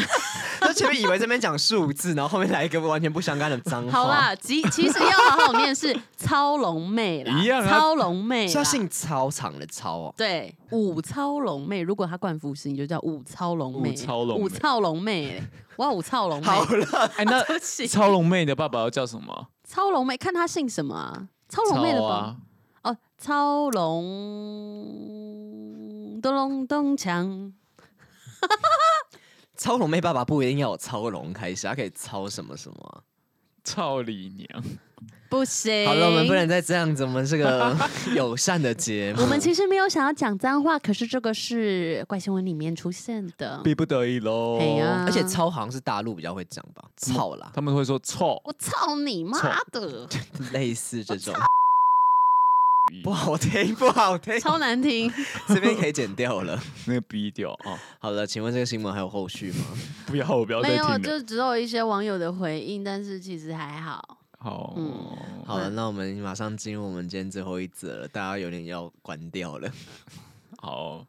[SPEAKER 4] 就前面以为这边讲数字，然后后面来一个完全不相干的脏话。
[SPEAKER 1] 好，啦，
[SPEAKER 3] [laughs]
[SPEAKER 1] 其其实要好好念是操龙妹啦，
[SPEAKER 3] 一样啊
[SPEAKER 1] 操龙妹
[SPEAKER 4] 是要
[SPEAKER 1] 啦。
[SPEAKER 4] 姓操场的操哦。
[SPEAKER 1] 对，五操龙妹，如果她冠夫姓，就叫五操龙妹。
[SPEAKER 3] 五操龙妹
[SPEAKER 1] 五操龙妹，欸哇，五
[SPEAKER 4] [laughs]
[SPEAKER 1] 操龙妹。
[SPEAKER 4] 好了，
[SPEAKER 3] [laughs] 哎、那
[SPEAKER 1] [laughs] 对不起，
[SPEAKER 3] 操龙妹的爸爸要叫什么？
[SPEAKER 1] 操龙妹，看她姓什么啊？操龙妹的
[SPEAKER 3] 操
[SPEAKER 1] 吧？
[SPEAKER 3] 啊，
[SPEAKER 1] 哦，操龙咚隆咚锵，
[SPEAKER 4] 操龙妹爸爸不一定要有操龙开始，他啊可以操什么什么啊、
[SPEAKER 3] 操你娘！
[SPEAKER 1] 不行。
[SPEAKER 4] 好了，我们不能。再这样子，我们是
[SPEAKER 1] [laughs]
[SPEAKER 4] 个友善的节目
[SPEAKER 1] 我。们其实没有想要讲脏话，可是这个是怪新闻里面出现的。
[SPEAKER 3] 逼不得已喽。
[SPEAKER 1] 哎呀，
[SPEAKER 4] 而且操好像是大陆比较会讲吧，
[SPEAKER 1] 嗯
[SPEAKER 4] 操啦，
[SPEAKER 3] 他们会说操，
[SPEAKER 1] 我操你妈
[SPEAKER 4] [laughs]
[SPEAKER 1] 的，
[SPEAKER 4] 类似这
[SPEAKER 1] [laughs]
[SPEAKER 4] 种。不好听，不 [laughs] 好听，
[SPEAKER 1] 超难听。
[SPEAKER 4] 这边可以剪掉了。
[SPEAKER 3] 那个逼掉啊！
[SPEAKER 4] 好了，请问这个新闻还有后续吗？
[SPEAKER 3] 不要，我不要再
[SPEAKER 1] 没有，
[SPEAKER 3] 听了。
[SPEAKER 1] 就只有一些网友的回应，但是其实还好。
[SPEAKER 3] 好，
[SPEAKER 1] 嗯
[SPEAKER 4] 好了，那我们马上进入我们今天最后一则了，大家有点要关掉了。
[SPEAKER 3] 好。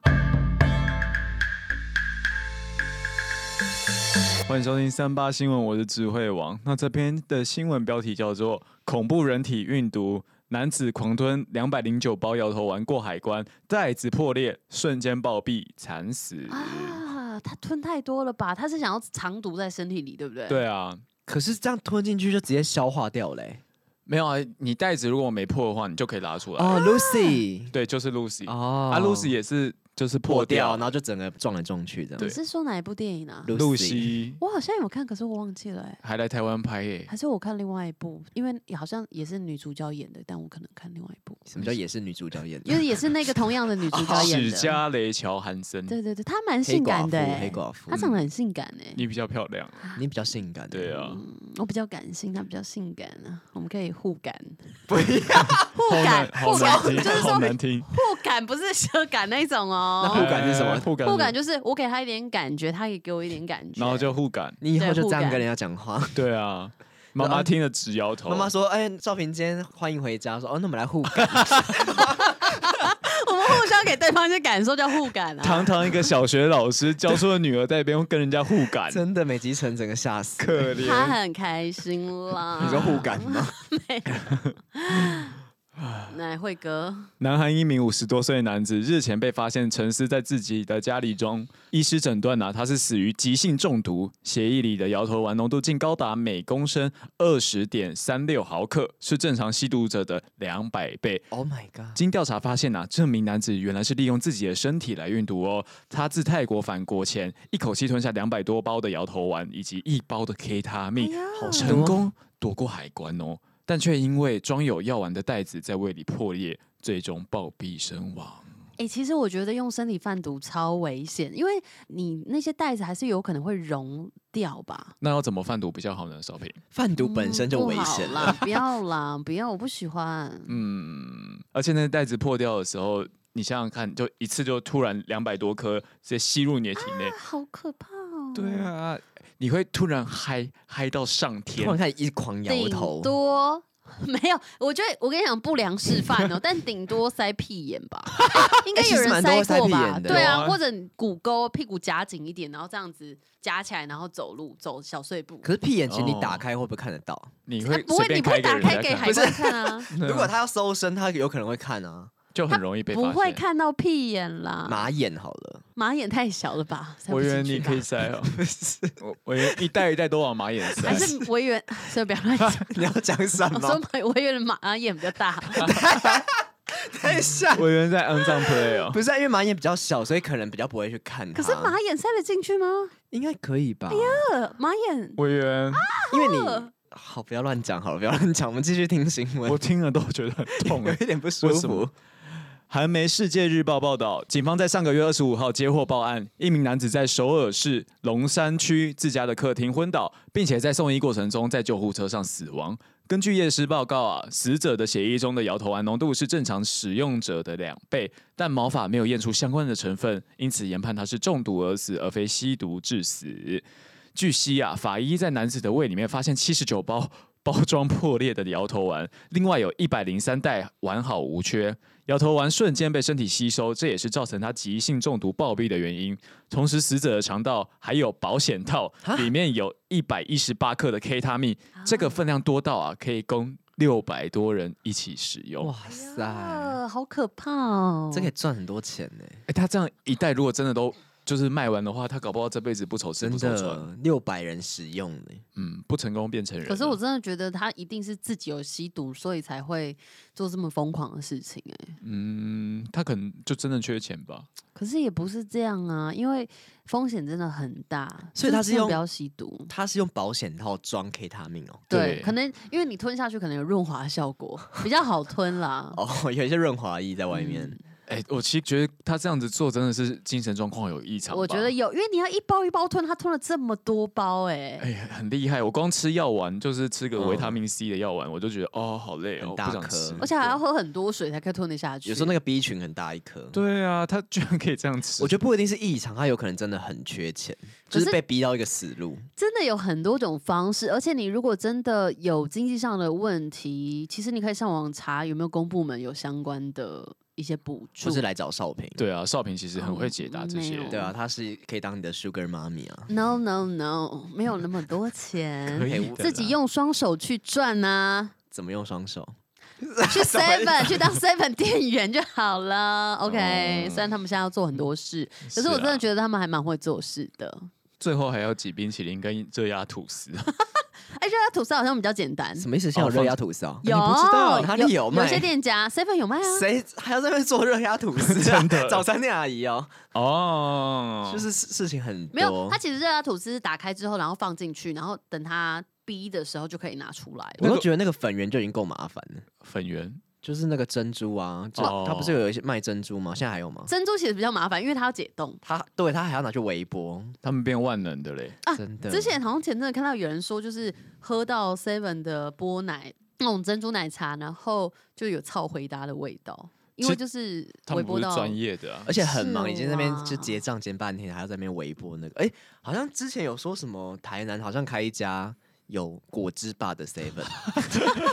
[SPEAKER 3] 欢迎收听三八新闻，我是智慧王。那这篇的新闻标题叫做《恐怖人体运毒》，男子狂吞两百零九包摇头丸过海关，袋子破裂，瞬间暴毙，惨死。
[SPEAKER 1] 啊，他吞太多了吧？他是想要藏毒在身体里，对不对？，
[SPEAKER 3] 对啊，
[SPEAKER 4] [laughs] 可是这样吞进去就直接消化掉嘞、
[SPEAKER 3] 没有啊，你袋子如果没破的话，你就可以拉出来。
[SPEAKER 4] 哦，Lucy， [laughs]
[SPEAKER 3] 对，就是 Lucy。
[SPEAKER 4] 哦
[SPEAKER 3] 啊，Lucy 也是就是破
[SPEAKER 4] 破掉，
[SPEAKER 3] 掉
[SPEAKER 4] 然，后就整个撞来撞去这
[SPEAKER 1] 你
[SPEAKER 4] 样。
[SPEAKER 1] 是说哪一部电影啊？
[SPEAKER 3] 露西
[SPEAKER 1] 我好像有看，可是我忘记了、欸。
[SPEAKER 3] 还来台湾拍耶、
[SPEAKER 1] 还是我看另外一部，因为好像也是女主角演的，但我可能看另外一部，
[SPEAKER 4] 什么叫也是女主角演的？
[SPEAKER 1] 因为也是那个同样的女主角演
[SPEAKER 3] 哦史
[SPEAKER 1] 的。
[SPEAKER 3] 嘉蕾·乔韩森，
[SPEAKER 1] 对对对，她蛮
[SPEAKER 4] 黑
[SPEAKER 1] 性
[SPEAKER 4] 寡
[SPEAKER 1] 感
[SPEAKER 4] 妇，
[SPEAKER 1] 的、欸，
[SPEAKER 4] 黑寡妇
[SPEAKER 1] 她，长得很性感哎、
[SPEAKER 3] 嗯你比较漂亮。
[SPEAKER 4] [laughs] 你比较性感。
[SPEAKER 3] 对啊，
[SPEAKER 1] 嗯我比较感性，她比较性感啊，我们可以互
[SPEAKER 3] [laughs]
[SPEAKER 1] 感，
[SPEAKER 4] 不一样。
[SPEAKER 1] 互
[SPEAKER 3] 好
[SPEAKER 1] 感
[SPEAKER 3] 难，，
[SPEAKER 1] 互
[SPEAKER 3] 好难
[SPEAKER 1] 感
[SPEAKER 3] 听，
[SPEAKER 1] 就是
[SPEAKER 3] 好
[SPEAKER 1] 说
[SPEAKER 3] 难听。
[SPEAKER 1] 互感不是奢感那一种哦，
[SPEAKER 4] [laughs] 那互感是什么
[SPEAKER 3] 哎互感，
[SPEAKER 1] 互感，就是我给他一点感觉，他也给我一点感觉，
[SPEAKER 3] 然后就互感。
[SPEAKER 4] 你以后
[SPEAKER 1] 对
[SPEAKER 4] 就这样
[SPEAKER 1] 互感
[SPEAKER 4] 跟人家讲话。
[SPEAKER 3] 对啊，妈
[SPEAKER 4] 然
[SPEAKER 3] 妈
[SPEAKER 4] 后
[SPEAKER 3] 听了直摇头。
[SPEAKER 4] 妈妈说：“哎、赵平今天欢迎回家。”说：“哦，那我们来互 [laughs] 感。
[SPEAKER 1] 我们互相给对方一些感受叫互
[SPEAKER 3] [laughs]
[SPEAKER 1] 感
[SPEAKER 3] [laughs]
[SPEAKER 1] 啊。
[SPEAKER 3] 堂堂一个小学老师教出了女儿在那边跟人家互感，
[SPEAKER 4] [laughs] 真的，美吉城整个吓死。
[SPEAKER 3] 可
[SPEAKER 1] 他
[SPEAKER 3] 怜。
[SPEAKER 1] 很开心啦。
[SPEAKER 4] 你说互感 [laughs] 吗？
[SPEAKER 1] 奶慧哥，
[SPEAKER 3] 南韩一名五十多岁的男子日前被发现沉尸在自己的家里中，医师诊断啊呢，他是死于急性中毒，血液里的摇头丸浓度竟高达每公升二十点三六毫克，是正常吸毒者的两百倍。
[SPEAKER 4] Oh my god！
[SPEAKER 3] 经调查发现啊，这名男子原来是利用自己的身体来运毒哦。他自泰国返国前，一口气吞下两百多包的摇头丸以及一包的 K 他命
[SPEAKER 1] 哎呀，
[SPEAKER 3] 好成功躲过海关哦，但却因为装有药丸的袋子在胃里破裂，最终暴毙身亡。
[SPEAKER 1] 哎、其实我觉得用身体贩毒超危险，因为你那些袋子还是有可能会溶掉吧。
[SPEAKER 3] 那要怎么贩毒比较好呢？少平，
[SPEAKER 4] 贩毒本身就
[SPEAKER 1] 嗯
[SPEAKER 4] 危险
[SPEAKER 1] 不好
[SPEAKER 4] 了。
[SPEAKER 1] 啦，不
[SPEAKER 4] [laughs]
[SPEAKER 1] 要啦，不要，我不喜欢。
[SPEAKER 3] 嗯，而且那袋子破掉的时候，你想想看，就一次就突然两百多颗直接吸入你的体内，
[SPEAKER 1] 好可怕哦！
[SPEAKER 3] 对，啊，你会突然嗨嗨到上天
[SPEAKER 4] 突然。开始一直狂摇
[SPEAKER 1] 顶
[SPEAKER 4] 头，
[SPEAKER 1] 多没有，我觉得我跟你讲不良示范哦，但顶多塞屁眼
[SPEAKER 4] [laughs]
[SPEAKER 1] 吧，欸应该有人
[SPEAKER 4] 其实蛮多塞
[SPEAKER 1] 过
[SPEAKER 4] 屁
[SPEAKER 1] 吧？
[SPEAKER 4] 眼的哦
[SPEAKER 1] 对
[SPEAKER 3] 有
[SPEAKER 1] 啊，
[SPEAKER 3] 啊
[SPEAKER 1] 或者骨沟屁股夹紧一点，然后这样子夹起来，然后走路走小碎步。
[SPEAKER 4] 可是屁眼，其实你打开会不会看得到？
[SPEAKER 3] 你
[SPEAKER 1] 啊
[SPEAKER 3] 会
[SPEAKER 1] 不会
[SPEAKER 3] 随，便
[SPEAKER 1] 你不会
[SPEAKER 3] 给
[SPEAKER 1] 打
[SPEAKER 3] 人家
[SPEAKER 1] 开给
[SPEAKER 3] 看
[SPEAKER 1] 海关看
[SPEAKER 4] [laughs]
[SPEAKER 1] 啊，
[SPEAKER 4] 如果他要搜身，他有可能会看啊。
[SPEAKER 3] [laughs] 就很容易被发
[SPEAKER 1] 不
[SPEAKER 3] 现。
[SPEAKER 1] 会看到屁眼啦，
[SPEAKER 4] 马眼好 [laughs] 了，
[SPEAKER 1] 马眼太小了吧？塞不
[SPEAKER 3] 我以为
[SPEAKER 1] 进去
[SPEAKER 3] 你可以
[SPEAKER 1] 吧，
[SPEAKER 3] 塞哦，我我以为一袋一袋都往马眼塞
[SPEAKER 1] 还。是维园， [laughs] 所以不要乱讲。
[SPEAKER 4] 你要讲什
[SPEAKER 1] 我
[SPEAKER 4] 么？
[SPEAKER 1] 说维园的马眼比较大，
[SPEAKER 4] 等一下，
[SPEAKER 3] [laughs] 我以为在肮脏 play 哦，
[SPEAKER 4] 不是啊、因为马眼比较小，所以可能比较不会去看它。
[SPEAKER 1] 可是马眼塞得进去吗？
[SPEAKER 4] 应该可以吧？
[SPEAKER 1] 呃，马眼
[SPEAKER 3] 我以为
[SPEAKER 4] 因为你好，不要乱讲好了，不要乱讲，我们继续听新闻
[SPEAKER 3] 我。听了都觉得很痛
[SPEAKER 4] [laughs] 有
[SPEAKER 3] 哎。
[SPEAKER 4] 一点不舒
[SPEAKER 3] 为什
[SPEAKER 4] 服
[SPEAKER 3] 么。韩媒《世界日报》报道，警方在上个月二十五号接获报案，一名男子在首尔市龙山区自家的客厅昏倒，并且在送医过程中在救护车上死亡。根据验尸报告啊，死者的血液中的摇头丸浓度是正常使用者的两倍，但毛发没有验出相关的成分，因此研判他是中毒而死，而非吸毒致死。据悉啊，法医在男子的胃里面发现七十九包包装破裂的摇头丸，另外有一百零三袋完好无缺。摇头丸瞬间被身体吸收，这也是造成他急性中毒暴毙的原因。同时，死者的肠道还有保险套
[SPEAKER 4] 啊
[SPEAKER 3] 里面有一百一十八克的 K 他命，这个分量多到啊，可以供六百多人一起使用。
[SPEAKER 4] 哇塞，
[SPEAKER 1] 呃，好可怕哦！
[SPEAKER 4] 这可以赚很多钱呢、
[SPEAKER 3] 哎、他这样一袋如果真的都就是卖完的话，他搞不好这辈子不愁吃
[SPEAKER 4] 真
[SPEAKER 3] 不愁穿，
[SPEAKER 4] 的六百人使用呢、
[SPEAKER 3] 嗯，不成功变成人了。
[SPEAKER 1] 可是我真的觉得他一定是自己有吸毒，所以才会做这么疯狂的事情、哎，
[SPEAKER 3] 嗯，他可能就真的缺钱吧。
[SPEAKER 1] 可是也不是这样啊，因为风险真的很大，
[SPEAKER 4] 所以他
[SPEAKER 1] 就是真的
[SPEAKER 4] 用
[SPEAKER 1] 不要吸毒。
[SPEAKER 4] 他是用保险套装 K 他命哦。
[SPEAKER 1] 对，
[SPEAKER 3] 对
[SPEAKER 1] 可能因为你吞下去可能有润滑效果，比较好吞啦。
[SPEAKER 4] 哦，有一些润滑液在外面。
[SPEAKER 1] 嗯
[SPEAKER 3] 哎、哎、我其实觉得他这样子做真的是精神状况有异常吧。
[SPEAKER 1] 我觉得有，因为你要一包一包吞，他吞了这么多包、欸，
[SPEAKER 3] 哎、很厉害。我光吃药丸，就是吃个
[SPEAKER 4] 嗯
[SPEAKER 3] 维他命 C 的药丸，我就觉得哦，好累哦，
[SPEAKER 4] 很
[SPEAKER 3] 不
[SPEAKER 4] 大
[SPEAKER 3] 想
[SPEAKER 4] 颗
[SPEAKER 3] 吃。
[SPEAKER 1] 而且还要喝很多水才可以吞得下去。
[SPEAKER 4] 有时候那个 B 群很大一颗，
[SPEAKER 3] 对啊，他居然可以这样吃，
[SPEAKER 4] 我觉得不一定是异常，他有可能真的很缺钱，
[SPEAKER 1] 可
[SPEAKER 4] 就是是被逼到一个死路。
[SPEAKER 1] 真的有很多种方式，而且你如果真的有经济上的问题，其实你可以上网查有没有公部门有相关的一些补助。
[SPEAKER 4] 不是来找少平，
[SPEAKER 3] 对啊，少平其实很会解答这些哦
[SPEAKER 1] 嗯没。有
[SPEAKER 4] 对啊，他是可以当你的 Sugar Mommy 啊，
[SPEAKER 1] No no no，没有那么多
[SPEAKER 3] 可
[SPEAKER 1] 钱，
[SPEAKER 3] 以
[SPEAKER 4] 的
[SPEAKER 1] 自己用双手去
[SPEAKER 4] [laughs]
[SPEAKER 1] 赚啊，
[SPEAKER 4] 怎么用双手？
[SPEAKER 1] 去 Seven 去当 Seven 店员就好了。OK，、
[SPEAKER 3] 哦
[SPEAKER 1] 虽然他们现在要做很多事，可是
[SPEAKER 3] 啊
[SPEAKER 1] 我真的觉得他们还蛮会做事的。
[SPEAKER 3] 最后还要挤冰淇淋跟热压吐司， [laughs]
[SPEAKER 1] 哎，热辣吐司好像比较简单，
[SPEAKER 4] 什么意思？现在有
[SPEAKER 3] 哦
[SPEAKER 4] 热压吐司啊？
[SPEAKER 1] 有
[SPEAKER 4] 你不知道哪里
[SPEAKER 1] 有
[SPEAKER 4] 卖？
[SPEAKER 1] 些店家 Seven 有卖啊。
[SPEAKER 4] [laughs] 谁还要在那边做热压吐司、啊？
[SPEAKER 3] [laughs] 真的
[SPEAKER 4] [laughs] 早餐店阿姨哦，
[SPEAKER 3] [laughs] 哦，
[SPEAKER 4] 就是事事情很多。
[SPEAKER 1] 没有，它其实热辣吐司是打开之后，然后放进去，然后等它逼的时候就可以拿出来
[SPEAKER 4] 我
[SPEAKER 1] 了。
[SPEAKER 4] 都觉得那个粉圆就已经够麻烦了，
[SPEAKER 3] 粉圆
[SPEAKER 4] 就是那个珍珠啊，就
[SPEAKER 3] 哦
[SPEAKER 4] 它不是有一些卖珍珠吗？现在还有吗？
[SPEAKER 1] 珍珠其实比较麻烦，因为它要解冻。
[SPEAKER 4] 它对它还要拿去微波，
[SPEAKER 3] 他们变万能的嘞，
[SPEAKER 1] 啊
[SPEAKER 4] 真的。
[SPEAKER 1] 之前好像前阵子看到有人说，就是喝到 Seven 的波奶那种珍珠奶茶，然后就有草回答的味道，因为就是
[SPEAKER 3] 他
[SPEAKER 1] 微
[SPEAKER 3] 们不
[SPEAKER 1] 波
[SPEAKER 3] 是
[SPEAKER 1] 到
[SPEAKER 3] 专业的
[SPEAKER 1] [laughs]
[SPEAKER 3] 啊
[SPEAKER 4] 而。且很忙，
[SPEAKER 1] 是
[SPEAKER 4] 已经在那边
[SPEAKER 1] 哇
[SPEAKER 4] 就结账结半天，还要在那边微波那个。哎、好像之前有说什么台南好像开一家有果汁吧的 Seven，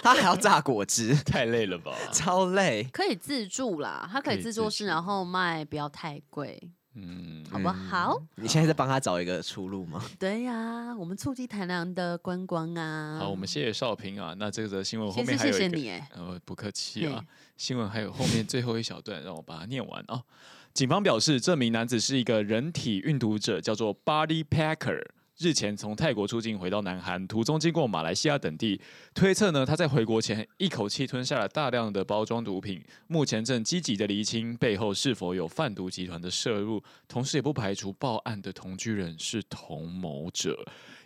[SPEAKER 4] 他还要榨果汁， [laughs]
[SPEAKER 3] 太累了
[SPEAKER 1] [laughs]
[SPEAKER 3] 吧？
[SPEAKER 4] 超累。
[SPEAKER 1] 可以自助啦，它可
[SPEAKER 3] 可
[SPEAKER 1] 以
[SPEAKER 3] 以
[SPEAKER 1] 自助
[SPEAKER 3] 自
[SPEAKER 1] 式，
[SPEAKER 3] 助
[SPEAKER 1] 然后卖不要太贵，
[SPEAKER 3] 嗯，
[SPEAKER 1] 好不好？
[SPEAKER 4] 你现在在帮他找一个出路吗？
[SPEAKER 1] 对呀、我们促进台南的观光啊。
[SPEAKER 3] 好，我们谢谢少平啊。那这则新闻后
[SPEAKER 1] 先是
[SPEAKER 3] 面还有
[SPEAKER 1] 谢
[SPEAKER 3] 一个，
[SPEAKER 1] 谢你哎、
[SPEAKER 3] 呃，不客气啊
[SPEAKER 1] 嘿。
[SPEAKER 3] 新闻还有后面最后一小段，让我把它念完啊。警方表示，这名男子是一个人体运毒者，叫做 Body Packer。日前从泰国出境回到南韩，途中经过马来西亚等地，推测呢他在回国前一口气吞下了大量的包装毒品，目前正积极的厘清背后是否有贩毒集团的摄入，同时也不排除报案的同居人是同谋者，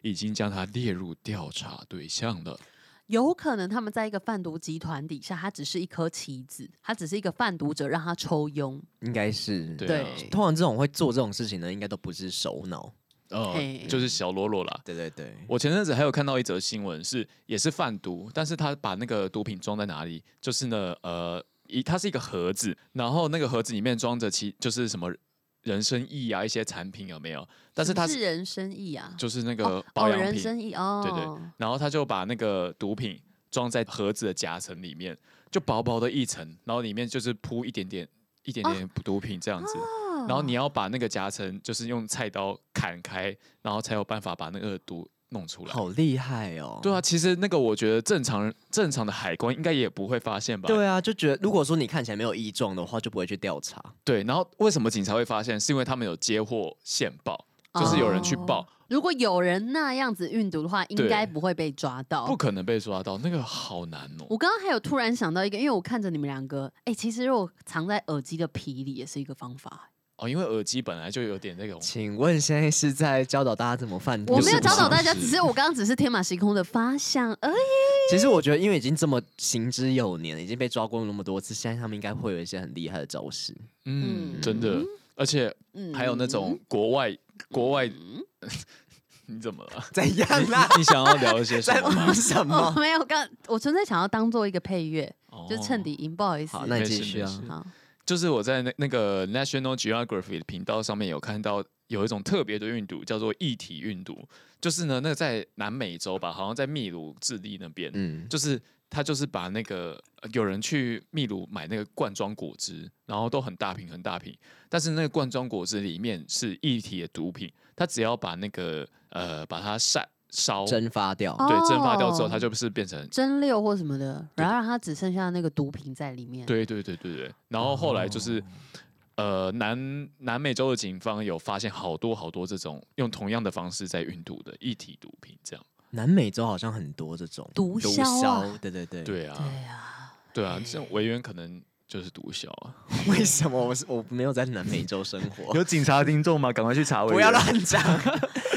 [SPEAKER 3] 已经将他列入调查对象了。
[SPEAKER 1] 有可能他们在一个贩毒集团底下，他只是一颗棋子，他只是一个贩毒者，让他抽佣。
[SPEAKER 4] 应该是。
[SPEAKER 3] 对啊
[SPEAKER 1] 对，
[SPEAKER 4] 通常这种会做这种事情的，应该都不是首脑。
[SPEAKER 3] 哦
[SPEAKER 1] 嘿，
[SPEAKER 3] 就是小罗罗啦。
[SPEAKER 4] 对对对，
[SPEAKER 3] 我前阵子还有看到一则新闻，是也是贩毒，但是他把那个毒品装在哪里？就是呢，呃，一它是一个盒子，然后那个盒子里面装着其就是什么人参意啊，一些产品有没有？但是
[SPEAKER 1] 什么
[SPEAKER 3] 它
[SPEAKER 1] 是
[SPEAKER 3] 是
[SPEAKER 1] 人生意啊，
[SPEAKER 3] 就是那
[SPEAKER 1] 哦
[SPEAKER 3] 个
[SPEAKER 1] 哦
[SPEAKER 3] 保养
[SPEAKER 1] 人
[SPEAKER 3] 品，
[SPEAKER 1] 生意哦，
[SPEAKER 3] 对对然后他就把那个毒品装在盒子的夹层里面，就薄薄的一层，然后里面就是铺一点点一点点毒品这样子。
[SPEAKER 1] 哦
[SPEAKER 3] 然后你要把那个夹层，就是用菜刀砍开，然后才有办法把那个毒弄出来。
[SPEAKER 4] 好厉害哦。
[SPEAKER 3] 对啊，其实那个我觉得正常人正常的海关应该也不会发现吧？
[SPEAKER 4] 对啊，就觉得如果说你看起来没有异状的话，就不会去调查。
[SPEAKER 3] 对然后为什么警察会发现？是因为他们有接获线报，就是有人去报，
[SPEAKER 1] 哦如果有人那样子运毒的话，应
[SPEAKER 3] 对
[SPEAKER 1] 该不会被抓到。
[SPEAKER 3] 不可能被抓到，那个好难哦、
[SPEAKER 1] 哦我刚刚还有突然想到一个，因为我看着你们两个，哎、其实如果藏在耳机的皮里也是一个方法。
[SPEAKER 3] 哦，因为耳机本来就有点那种，
[SPEAKER 4] 请问现在是在教导大家怎么犯毒？
[SPEAKER 1] 我没
[SPEAKER 3] 是
[SPEAKER 1] 有
[SPEAKER 3] 不
[SPEAKER 1] 教导大
[SPEAKER 3] 是
[SPEAKER 1] 家，只是我刚刚只是天马行空的发想呃而已。
[SPEAKER 4] 其实我觉得，因为已经这么行之有年，已经被抓过那么多次，现在他们应该会有一些很厉害的招式。
[SPEAKER 3] 嗯，
[SPEAKER 1] 嗯
[SPEAKER 3] 真的，而且
[SPEAKER 1] 嗯
[SPEAKER 3] 还有那种国外国外，你怎么了？
[SPEAKER 4] [laughs] 怎样啦？
[SPEAKER 3] 你想要聊一些
[SPEAKER 4] [laughs]
[SPEAKER 3] 什
[SPEAKER 4] 在
[SPEAKER 3] 么吗
[SPEAKER 4] 忙？什
[SPEAKER 1] 哦，
[SPEAKER 4] 么？
[SPEAKER 1] 没有，刚我纯粹想要当做一个配乐，
[SPEAKER 3] 哦
[SPEAKER 1] 就衬底音，不好意思。嗯
[SPEAKER 4] 好，那你
[SPEAKER 3] 没事
[SPEAKER 4] 继续
[SPEAKER 3] 没
[SPEAKER 4] 啊
[SPEAKER 3] 事。
[SPEAKER 1] 好
[SPEAKER 3] 就是我在那那个 National Geography 的频道上面有看到有一种特别的运毒，叫做异体运毒，就是呢，那个在南美洲吧，好像在秘鲁、智利那边，
[SPEAKER 4] 嗯，
[SPEAKER 3] 就是他就是把那个呃有人去秘鲁买那个罐装果汁，然后都很大瓶很大瓶，但是那个罐装果汁里面是液体的毒品，他只要把那个呃把它晒烧，对，
[SPEAKER 4] 蒸发掉。
[SPEAKER 1] 哦
[SPEAKER 3] 蒸发掉之后，
[SPEAKER 1] 哦
[SPEAKER 3] 它就不是变成。
[SPEAKER 1] 蒸馏或什么的，然后让它只剩下那个毒品在里面。，
[SPEAKER 3] 对对对对对，然后后来就是呃，南南美洲的警方有发现好多好多这种用同样的方式在运毒的一体毒品，这样。
[SPEAKER 4] 南美洲好像很多这种
[SPEAKER 1] 毒枭啊
[SPEAKER 4] 枭对对对。
[SPEAKER 3] 对
[SPEAKER 1] 对
[SPEAKER 3] 啊，
[SPEAKER 1] 啊，
[SPEAKER 3] 对啊，这种维园可能就是毒枭啊。
[SPEAKER 4] [laughs] 为什么我是我没有在南美洲生 [laughs] 活？
[SPEAKER 3] 有警察听众吗？赶快去查
[SPEAKER 4] 不要乱讲。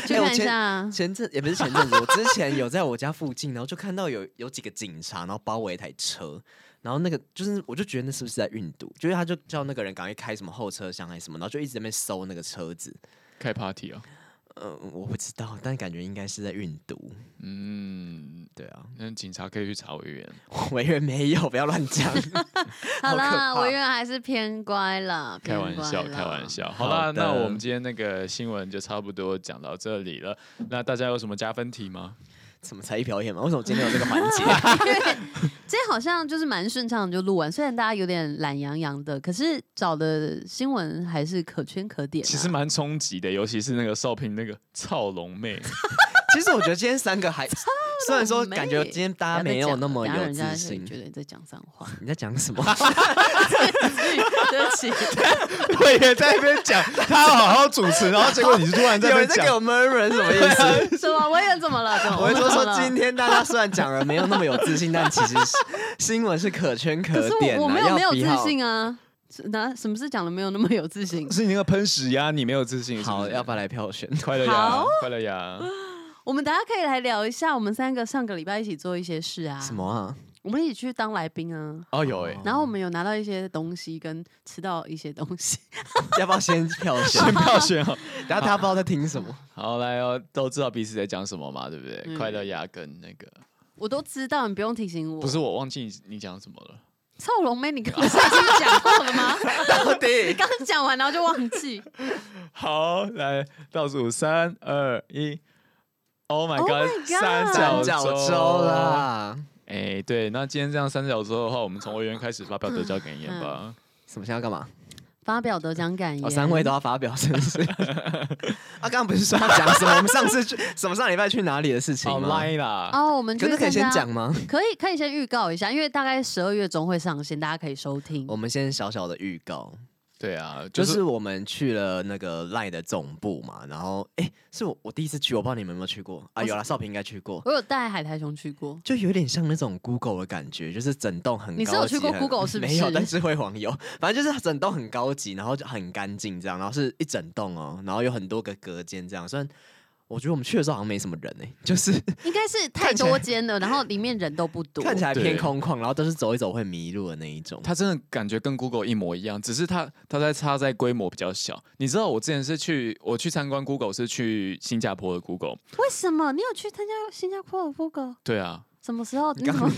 [SPEAKER 1] 去
[SPEAKER 4] 哎我
[SPEAKER 1] 看一
[SPEAKER 4] 前 [laughs]
[SPEAKER 1] 下。
[SPEAKER 4] 前阵也不是前阵子，我之前有在我家附近，然后就看到有有几个警察，然后包围一台车，然后那个就是，我就觉得那是不是在运毒？就是他就叫那个人赶快开什么后车厢还是什么，然后就一直在那边搜那个车子。
[SPEAKER 3] 开 party 啊，
[SPEAKER 4] 嗯、我不知道，但感觉应该是在运毒。
[SPEAKER 3] 嗯，
[SPEAKER 4] 对 [laughs] 啊，
[SPEAKER 3] 那警察可以去查委员，
[SPEAKER 4] 委员没有，不要乱讲。
[SPEAKER 1] 好
[SPEAKER 4] 好可
[SPEAKER 1] 啦，
[SPEAKER 4] 怕
[SPEAKER 1] 我原来还是偏乖啦，
[SPEAKER 3] 开
[SPEAKER 1] 偏
[SPEAKER 3] 玩
[SPEAKER 1] 乖
[SPEAKER 3] 笑，
[SPEAKER 1] 啦
[SPEAKER 3] 开玩。笑。好
[SPEAKER 4] 好
[SPEAKER 3] 啦，那
[SPEAKER 4] 的
[SPEAKER 3] 我们今天那个新闻就差不多讲到这里了。那大家有什么加分题吗？
[SPEAKER 4] 啊什么才艺表演嘛？为什么今天有这个环节？
[SPEAKER 1] 今天好像就是蛮顺畅的就录完，虽然大家有点懒洋洋的，可是找的新闻还是可圈可点、啊。
[SPEAKER 3] 其实蛮冲击的，尤其是那个少平那个操龙妹，
[SPEAKER 4] 其实我觉得今天三个 [laughs] 还，虽然说感觉
[SPEAKER 1] 美
[SPEAKER 4] 今天大家没有那么
[SPEAKER 1] 不要再
[SPEAKER 4] 有
[SPEAKER 1] 讲了
[SPEAKER 4] 自
[SPEAKER 1] 等一
[SPEAKER 4] 信
[SPEAKER 1] 下人家会。觉得你在讲脏话。 [laughs]
[SPEAKER 4] 你在讲 [laughs] 什么？
[SPEAKER 1] 对
[SPEAKER 4] [laughs]
[SPEAKER 1] 不起， [laughs]
[SPEAKER 2] 我也在那边讲， [laughs] 他好好主持，然后结果你突然在
[SPEAKER 4] 有
[SPEAKER 2] 那
[SPEAKER 4] 人
[SPEAKER 2] 边
[SPEAKER 4] 在给
[SPEAKER 2] 讲，
[SPEAKER 4] 我 murmur 什么意思？
[SPEAKER 1] 什么？我也怎么了？怎么？
[SPEAKER 4] 我就
[SPEAKER 1] 怎么
[SPEAKER 4] 说
[SPEAKER 1] 了
[SPEAKER 4] 今天大家虽然讲了没有那么有自信，但其实 [laughs] 是新闻是可圈可
[SPEAKER 1] 可是
[SPEAKER 4] 点、啊。
[SPEAKER 1] 我我没有
[SPEAKER 4] 要
[SPEAKER 1] 没有
[SPEAKER 4] 比
[SPEAKER 1] 自
[SPEAKER 4] 好
[SPEAKER 1] 信啊。是哪什么事讲的没有那么有自信？ [laughs]
[SPEAKER 2] 是你那个喷屎呀，你没有自信。是不
[SPEAKER 4] 好，
[SPEAKER 2] 是
[SPEAKER 4] 要不要来票选？
[SPEAKER 3] 快乐呀
[SPEAKER 1] 好，
[SPEAKER 3] 快乐呀！
[SPEAKER 1] 我们大家可以来聊一下，我们三个上个礼拜一起做一些事啊。
[SPEAKER 4] 什？么啊？
[SPEAKER 1] 我们一起去当来宾啊。
[SPEAKER 3] 哦，有
[SPEAKER 2] 欸
[SPEAKER 4] [laughs]
[SPEAKER 3] 哎、
[SPEAKER 1] 然后我们有拿到一些东西，跟吃到一些东西。
[SPEAKER 4] 要不要先票选？
[SPEAKER 3] 先票选哦。
[SPEAKER 4] 然后大家不知道在听什么。
[SPEAKER 3] [laughs] 好，来哦，都知道彼此在讲什么嘛，对不对？
[SPEAKER 1] 嗯
[SPEAKER 3] 快乐呀，跟那个
[SPEAKER 1] 我都知道，你不用提醒我。
[SPEAKER 3] 不是我忘记你你讲什么了。
[SPEAKER 1] 臭龙妹，你刚才已经讲过了
[SPEAKER 4] [laughs]
[SPEAKER 1] 吗？
[SPEAKER 4] [laughs] 到底
[SPEAKER 1] 你刚讲完，然后就忘
[SPEAKER 4] [laughs]
[SPEAKER 1] 记。
[SPEAKER 3] 好，来倒数三二一，Oh my
[SPEAKER 1] Oh my
[SPEAKER 3] God，
[SPEAKER 1] God
[SPEAKER 3] 三
[SPEAKER 4] 三
[SPEAKER 3] 角
[SPEAKER 4] 角洲。啦？
[SPEAKER 3] 哎，对，那今天这样三角洲的话，我们从委员开始发表得奖感言
[SPEAKER 4] 嗯
[SPEAKER 3] 吧。
[SPEAKER 4] 什么现在要干嘛？
[SPEAKER 1] 发表得奖感言。
[SPEAKER 4] 哦，三位都要发表，是不是？ [laughs] 啊，刚刚不是说要讲什么？我们上次去什么上礼拜去哪里的事情
[SPEAKER 3] 好
[SPEAKER 4] 吗？
[SPEAKER 3] 来啦，
[SPEAKER 1] 哦，我们去
[SPEAKER 4] 可是可以先
[SPEAKER 1] 参加
[SPEAKER 4] 讲，啊吗？
[SPEAKER 1] 可以可以先预告一下，因为大概十二月中会上线，大家可以收听
[SPEAKER 4] 我。们先小小的预告，
[SPEAKER 3] 对啊，
[SPEAKER 4] 就
[SPEAKER 3] 就是是
[SPEAKER 4] 我们去了那个赖的总部嘛，然后哎、是我我第一次去，我不知道你们有没有去过啊？有啦，少平应该去过，
[SPEAKER 1] 我有带海苔熊去过，
[SPEAKER 4] 就有点像那种 Google 的感觉，就是整栋很高级。
[SPEAKER 1] 你是有去过
[SPEAKER 4] 很
[SPEAKER 1] Google 是不
[SPEAKER 4] 没有，
[SPEAKER 1] 是
[SPEAKER 4] 但是会黄油，反正就是整栋很高级，然后就很干净这样，然后是一整栋哦，然后有很多个隔间这样，虽然。我觉得我们去的时候好像没什么人哎、就是
[SPEAKER 1] 应该是太多间了，然后里面人都不多。
[SPEAKER 4] 看起来偏
[SPEAKER 3] 对
[SPEAKER 4] 空旷，然后都是走一走会迷路的那一
[SPEAKER 3] [laughs]
[SPEAKER 4] 种。
[SPEAKER 3] 它真的感觉跟 Google 一模一样，只是它它在差在规模比较小。你知道我之前是去我去参观 Google 是去新加坡的 Google，
[SPEAKER 1] 为什么你有去参加新加坡的 Google？
[SPEAKER 3] 对啊，
[SPEAKER 1] 什么时候？你
[SPEAKER 4] 刚
[SPEAKER 1] 怎么？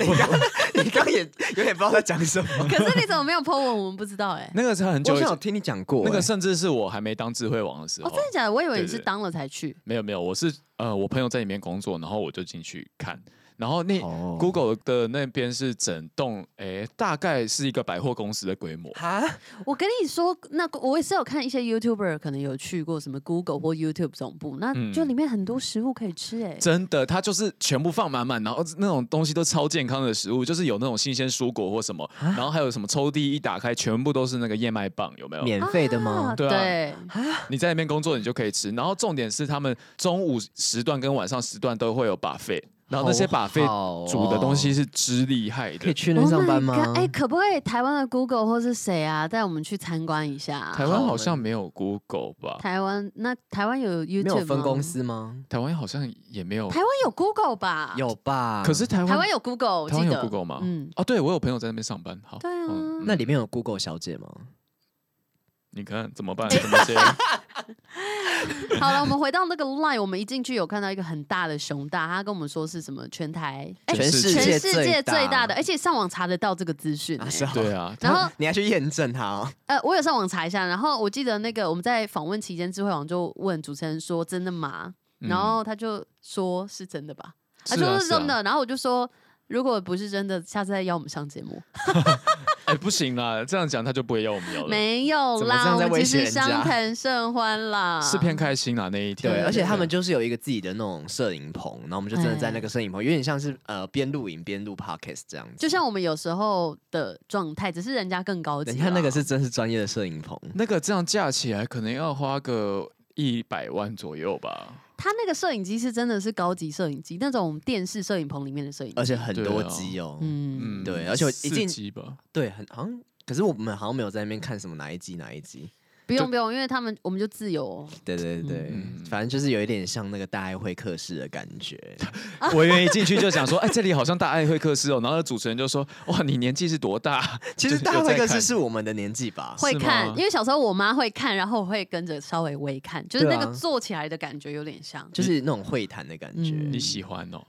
[SPEAKER 4] 你刚 [laughs] 你刚也有点不知道在讲什么。
[SPEAKER 1] 可是你怎么没有 po 文？我们不知道
[SPEAKER 4] [laughs]
[SPEAKER 1] 哎。
[SPEAKER 3] 那个是很
[SPEAKER 4] 我
[SPEAKER 3] 久
[SPEAKER 4] 好
[SPEAKER 3] 以
[SPEAKER 4] 像有
[SPEAKER 3] 前，
[SPEAKER 4] 听你讲过、
[SPEAKER 3] 那个
[SPEAKER 4] 哎
[SPEAKER 3] 甚至是我还没当智慧王的时候，
[SPEAKER 1] 哦，真的假的？我以为你
[SPEAKER 3] 对
[SPEAKER 1] 是
[SPEAKER 3] 对
[SPEAKER 1] 当了才去。
[SPEAKER 3] 没有没有，我是呃，我朋友在里面工作，然后我就进去看，然后那、
[SPEAKER 4] 哦
[SPEAKER 3] Google 的那边是整栋，诶，大概是一个百货公司的规模。
[SPEAKER 4] 哈，
[SPEAKER 1] 我跟你说，那个我也是有看一些 YouTuber 可能有去过什么 Google 或 YouTube 总部，那
[SPEAKER 3] 嗯
[SPEAKER 1] 就里面很多食物可以吃
[SPEAKER 4] 嗯
[SPEAKER 1] 哎、
[SPEAKER 3] 真的，它就是全部放满满，然后那种东西都超健康的食物，就是有那种新鲜蔬果或什么，
[SPEAKER 4] 啊
[SPEAKER 3] 然后还有什么抽屉一打开，全部都是那个燕麦棒，有没有？
[SPEAKER 4] 免费的
[SPEAKER 1] 啊
[SPEAKER 4] 吗？
[SPEAKER 3] 对啊
[SPEAKER 1] 对，
[SPEAKER 3] 你在那边工作，你就可以吃。然后重点是，他们中午时段跟晚上时段都会有把费，然后那些把费
[SPEAKER 4] 好好哦
[SPEAKER 3] 煮的东西是之厉害
[SPEAKER 4] 可以
[SPEAKER 3] 的。
[SPEAKER 4] 去那边上班
[SPEAKER 1] Oh my
[SPEAKER 4] 吗
[SPEAKER 1] god，哎、？可不可以台湾的 Google 或是谁啊，带我们去参观一下、
[SPEAKER 3] 台湾好像没有 Google 吧？
[SPEAKER 1] 台湾那台湾有
[SPEAKER 4] 没
[SPEAKER 1] YouTube
[SPEAKER 4] 有分
[SPEAKER 1] 吗
[SPEAKER 4] 公，司吗？
[SPEAKER 3] 台湾好像也没有
[SPEAKER 1] 台湾有 Google 吧？，
[SPEAKER 4] 有吧？
[SPEAKER 3] 可是台湾
[SPEAKER 1] 台湾有 Google，我
[SPEAKER 3] 台湾有
[SPEAKER 1] 记得
[SPEAKER 3] Google 吗？ [laughs]
[SPEAKER 1] 嗯，
[SPEAKER 3] 哦，对，我有朋友在那边上班。好，
[SPEAKER 1] 对啊
[SPEAKER 3] 嗯
[SPEAKER 4] 那里面有 Google 小姐吗？
[SPEAKER 3] 你看怎么办？怎么接？
[SPEAKER 1] 好了，我们回到那个 Line，我们一进去有看到一个很大的熊大，他跟我们说是什么全台哎、
[SPEAKER 4] 全世
[SPEAKER 3] 全
[SPEAKER 1] 全世
[SPEAKER 4] 最
[SPEAKER 1] 界最大的，
[SPEAKER 4] 的
[SPEAKER 1] 而且上网查得到这个资讯、
[SPEAKER 4] 啊
[SPEAKER 1] 哎
[SPEAKER 4] 是哦
[SPEAKER 3] [laughs] 对
[SPEAKER 1] [laughs]
[SPEAKER 3] 啊，
[SPEAKER 1] 然后
[SPEAKER 4] [laughs] 你还去验证它哦？
[SPEAKER 1] 呃，我有上网查一下，然后我记得那个我们在访问期间，智慧网就问主持人说：“真的吗？”
[SPEAKER 3] 嗯
[SPEAKER 1] 然后他就说：“是真的吧？”他
[SPEAKER 3] 是啊
[SPEAKER 1] 说：“
[SPEAKER 3] 是啊
[SPEAKER 1] 真的。然后我就说：“如果不是真的，下次再邀我们上节目。
[SPEAKER 3] 哎，不行啦，这样讲他就不会要我们要了。
[SPEAKER 1] 没
[SPEAKER 4] [laughs]
[SPEAKER 1] 有
[SPEAKER 4] 怎么这
[SPEAKER 1] 啦，
[SPEAKER 4] 样
[SPEAKER 1] 我
[SPEAKER 4] 在
[SPEAKER 1] 们
[SPEAKER 4] 威
[SPEAKER 1] 其
[SPEAKER 4] 胁
[SPEAKER 1] 实
[SPEAKER 4] 人家
[SPEAKER 1] 相谈甚欢啦。
[SPEAKER 3] 是偏开心啦那一天。
[SPEAKER 4] 对，而且他们
[SPEAKER 3] 就
[SPEAKER 4] 就是有一个自己的那种摄影棚，然后我们就真的在那个摄影棚，有点像是呃边录影边录 podcast 这样子。
[SPEAKER 1] 就像我们有时候的状态，只是人家更高级啦。
[SPEAKER 4] 等一下那个是真是专业的摄影棚，
[SPEAKER 3] 那个这样架起来，可能要花个一百万左右吧。
[SPEAKER 1] 他那个摄影机是真的是高级摄影机，那种电视摄影棚里面的摄影
[SPEAKER 4] 而
[SPEAKER 1] 机。
[SPEAKER 4] 且很多
[SPEAKER 3] 对啊
[SPEAKER 4] 机哦。
[SPEAKER 1] 嗯，
[SPEAKER 3] 嗯，
[SPEAKER 4] 对而且我一
[SPEAKER 3] 四
[SPEAKER 4] 进
[SPEAKER 3] 级吧，
[SPEAKER 4] 对，很好像。可是我们好像没有在那边看什么哪一集哪一集，
[SPEAKER 1] 不用不用，因为他们我们就自由哦、
[SPEAKER 4] 对对对，
[SPEAKER 3] 嗯
[SPEAKER 4] 反正就是有一点像那个大爱会客室的感觉。
[SPEAKER 3] [laughs] [laughs] 我原一进去就想说，哎，这里好像大爱会客室哦。然后主持人就说，哇，你年纪是多大？
[SPEAKER 4] 其
[SPEAKER 3] 就
[SPEAKER 4] 实
[SPEAKER 3] 是
[SPEAKER 4] 大爱
[SPEAKER 3] 有
[SPEAKER 4] 会
[SPEAKER 3] 在
[SPEAKER 4] 客
[SPEAKER 3] 看
[SPEAKER 4] 室是我们的年纪吧？
[SPEAKER 1] 会
[SPEAKER 3] 是
[SPEAKER 1] 看，
[SPEAKER 3] 吗
[SPEAKER 1] 因为小时候我妈会看，然后我会跟着稍微微看，就是
[SPEAKER 4] 对
[SPEAKER 1] 那
[SPEAKER 4] 啊
[SPEAKER 1] 个坐起来的感觉有点像。
[SPEAKER 4] 就是那种会谈的感觉。
[SPEAKER 1] 嗯
[SPEAKER 3] 你喜欢哦？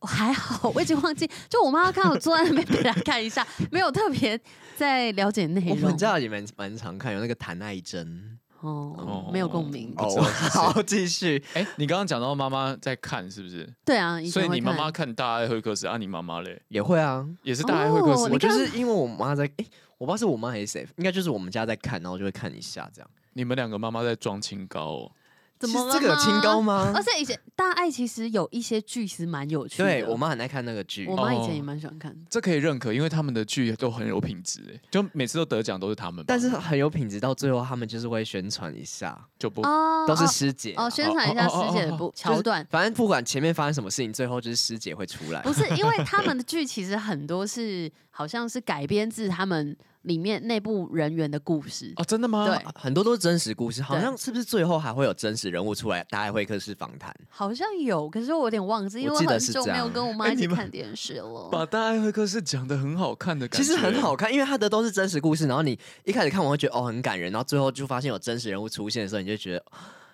[SPEAKER 1] 我还好，我已经忘记，就我妈看我坐在那边给她看一下，没有特别在了解内
[SPEAKER 4] 我
[SPEAKER 1] 容。
[SPEAKER 4] 们家也蛮蛮常看，有那个谭爱珍。
[SPEAKER 1] 哦，没有共鸣。
[SPEAKER 3] 哦
[SPEAKER 4] 好，继续。
[SPEAKER 3] 哎，你刚刚讲到妈妈在看是不是？
[SPEAKER 1] 对啊，以前
[SPEAKER 3] 所以
[SPEAKER 1] 会
[SPEAKER 3] 你妈
[SPEAKER 1] 看
[SPEAKER 3] 妈看大爱会客室啊，你妈妈嘞
[SPEAKER 4] 也会啊，
[SPEAKER 3] 也是大爱会客室吗
[SPEAKER 1] 哦你
[SPEAKER 4] 我
[SPEAKER 1] 看
[SPEAKER 4] 就是因为我妈在，诶，我不知道是我妈还是谁，应该就是我们家在看，然后就会看一下这样。
[SPEAKER 3] 你们两个妈妈在装清高哦，
[SPEAKER 1] 怎么
[SPEAKER 4] 其实这个有
[SPEAKER 1] 了
[SPEAKER 4] 清高吗
[SPEAKER 1] 而且以前大爱其实有一些剧其实蛮有趣的。
[SPEAKER 4] 对我，妈很爱看那个剧
[SPEAKER 1] 我，妈以
[SPEAKER 3] 哦
[SPEAKER 1] 前也蛮喜欢看的。
[SPEAKER 3] 这可以认可，因为他们的剧都很有品质，哎，就每次都得奖都是他们吧，
[SPEAKER 4] 但是很有品质，到最后他们就是会宣传一下，
[SPEAKER 3] 就不
[SPEAKER 1] 哦
[SPEAKER 4] 都是
[SPEAKER 1] 哦
[SPEAKER 4] 师姐啊。
[SPEAKER 1] 哦，宣传一下
[SPEAKER 3] 哦哦哦
[SPEAKER 1] 师姐的
[SPEAKER 3] 哦
[SPEAKER 1] 部
[SPEAKER 4] 就是
[SPEAKER 1] 桥段。
[SPEAKER 4] 反正不管前面发生什么事情，最后就是师姐会出来
[SPEAKER 1] 不。是，因为
[SPEAKER 4] [laughs]
[SPEAKER 1] 他们的剧其实很多是好像是改编自他们里面内部人员的故事。
[SPEAKER 4] 哦
[SPEAKER 3] 啊，真的吗？
[SPEAKER 1] 对，
[SPEAKER 4] 很多都是真实故事，好像是不是最后还会有真实人物出来？大爱会客室访谈，
[SPEAKER 1] 好像有，可是我有点忘记，因为
[SPEAKER 4] 我记得
[SPEAKER 1] 很
[SPEAKER 4] 是
[SPEAKER 1] 久
[SPEAKER 4] 这
[SPEAKER 1] 没有
[SPEAKER 4] 样
[SPEAKER 1] 跟我妈
[SPEAKER 3] 哎
[SPEAKER 1] 一起
[SPEAKER 3] 你们
[SPEAKER 1] 看电视了。
[SPEAKER 4] [laughs]
[SPEAKER 3] 把大爱会客室讲的很好看的感
[SPEAKER 4] 其
[SPEAKER 3] 觉，欸
[SPEAKER 4] 实很好看，因为它的都是真实故事。然后你一开始看完会觉得哦很感人，然后最后就发现有真实人物出现的时候，你就觉得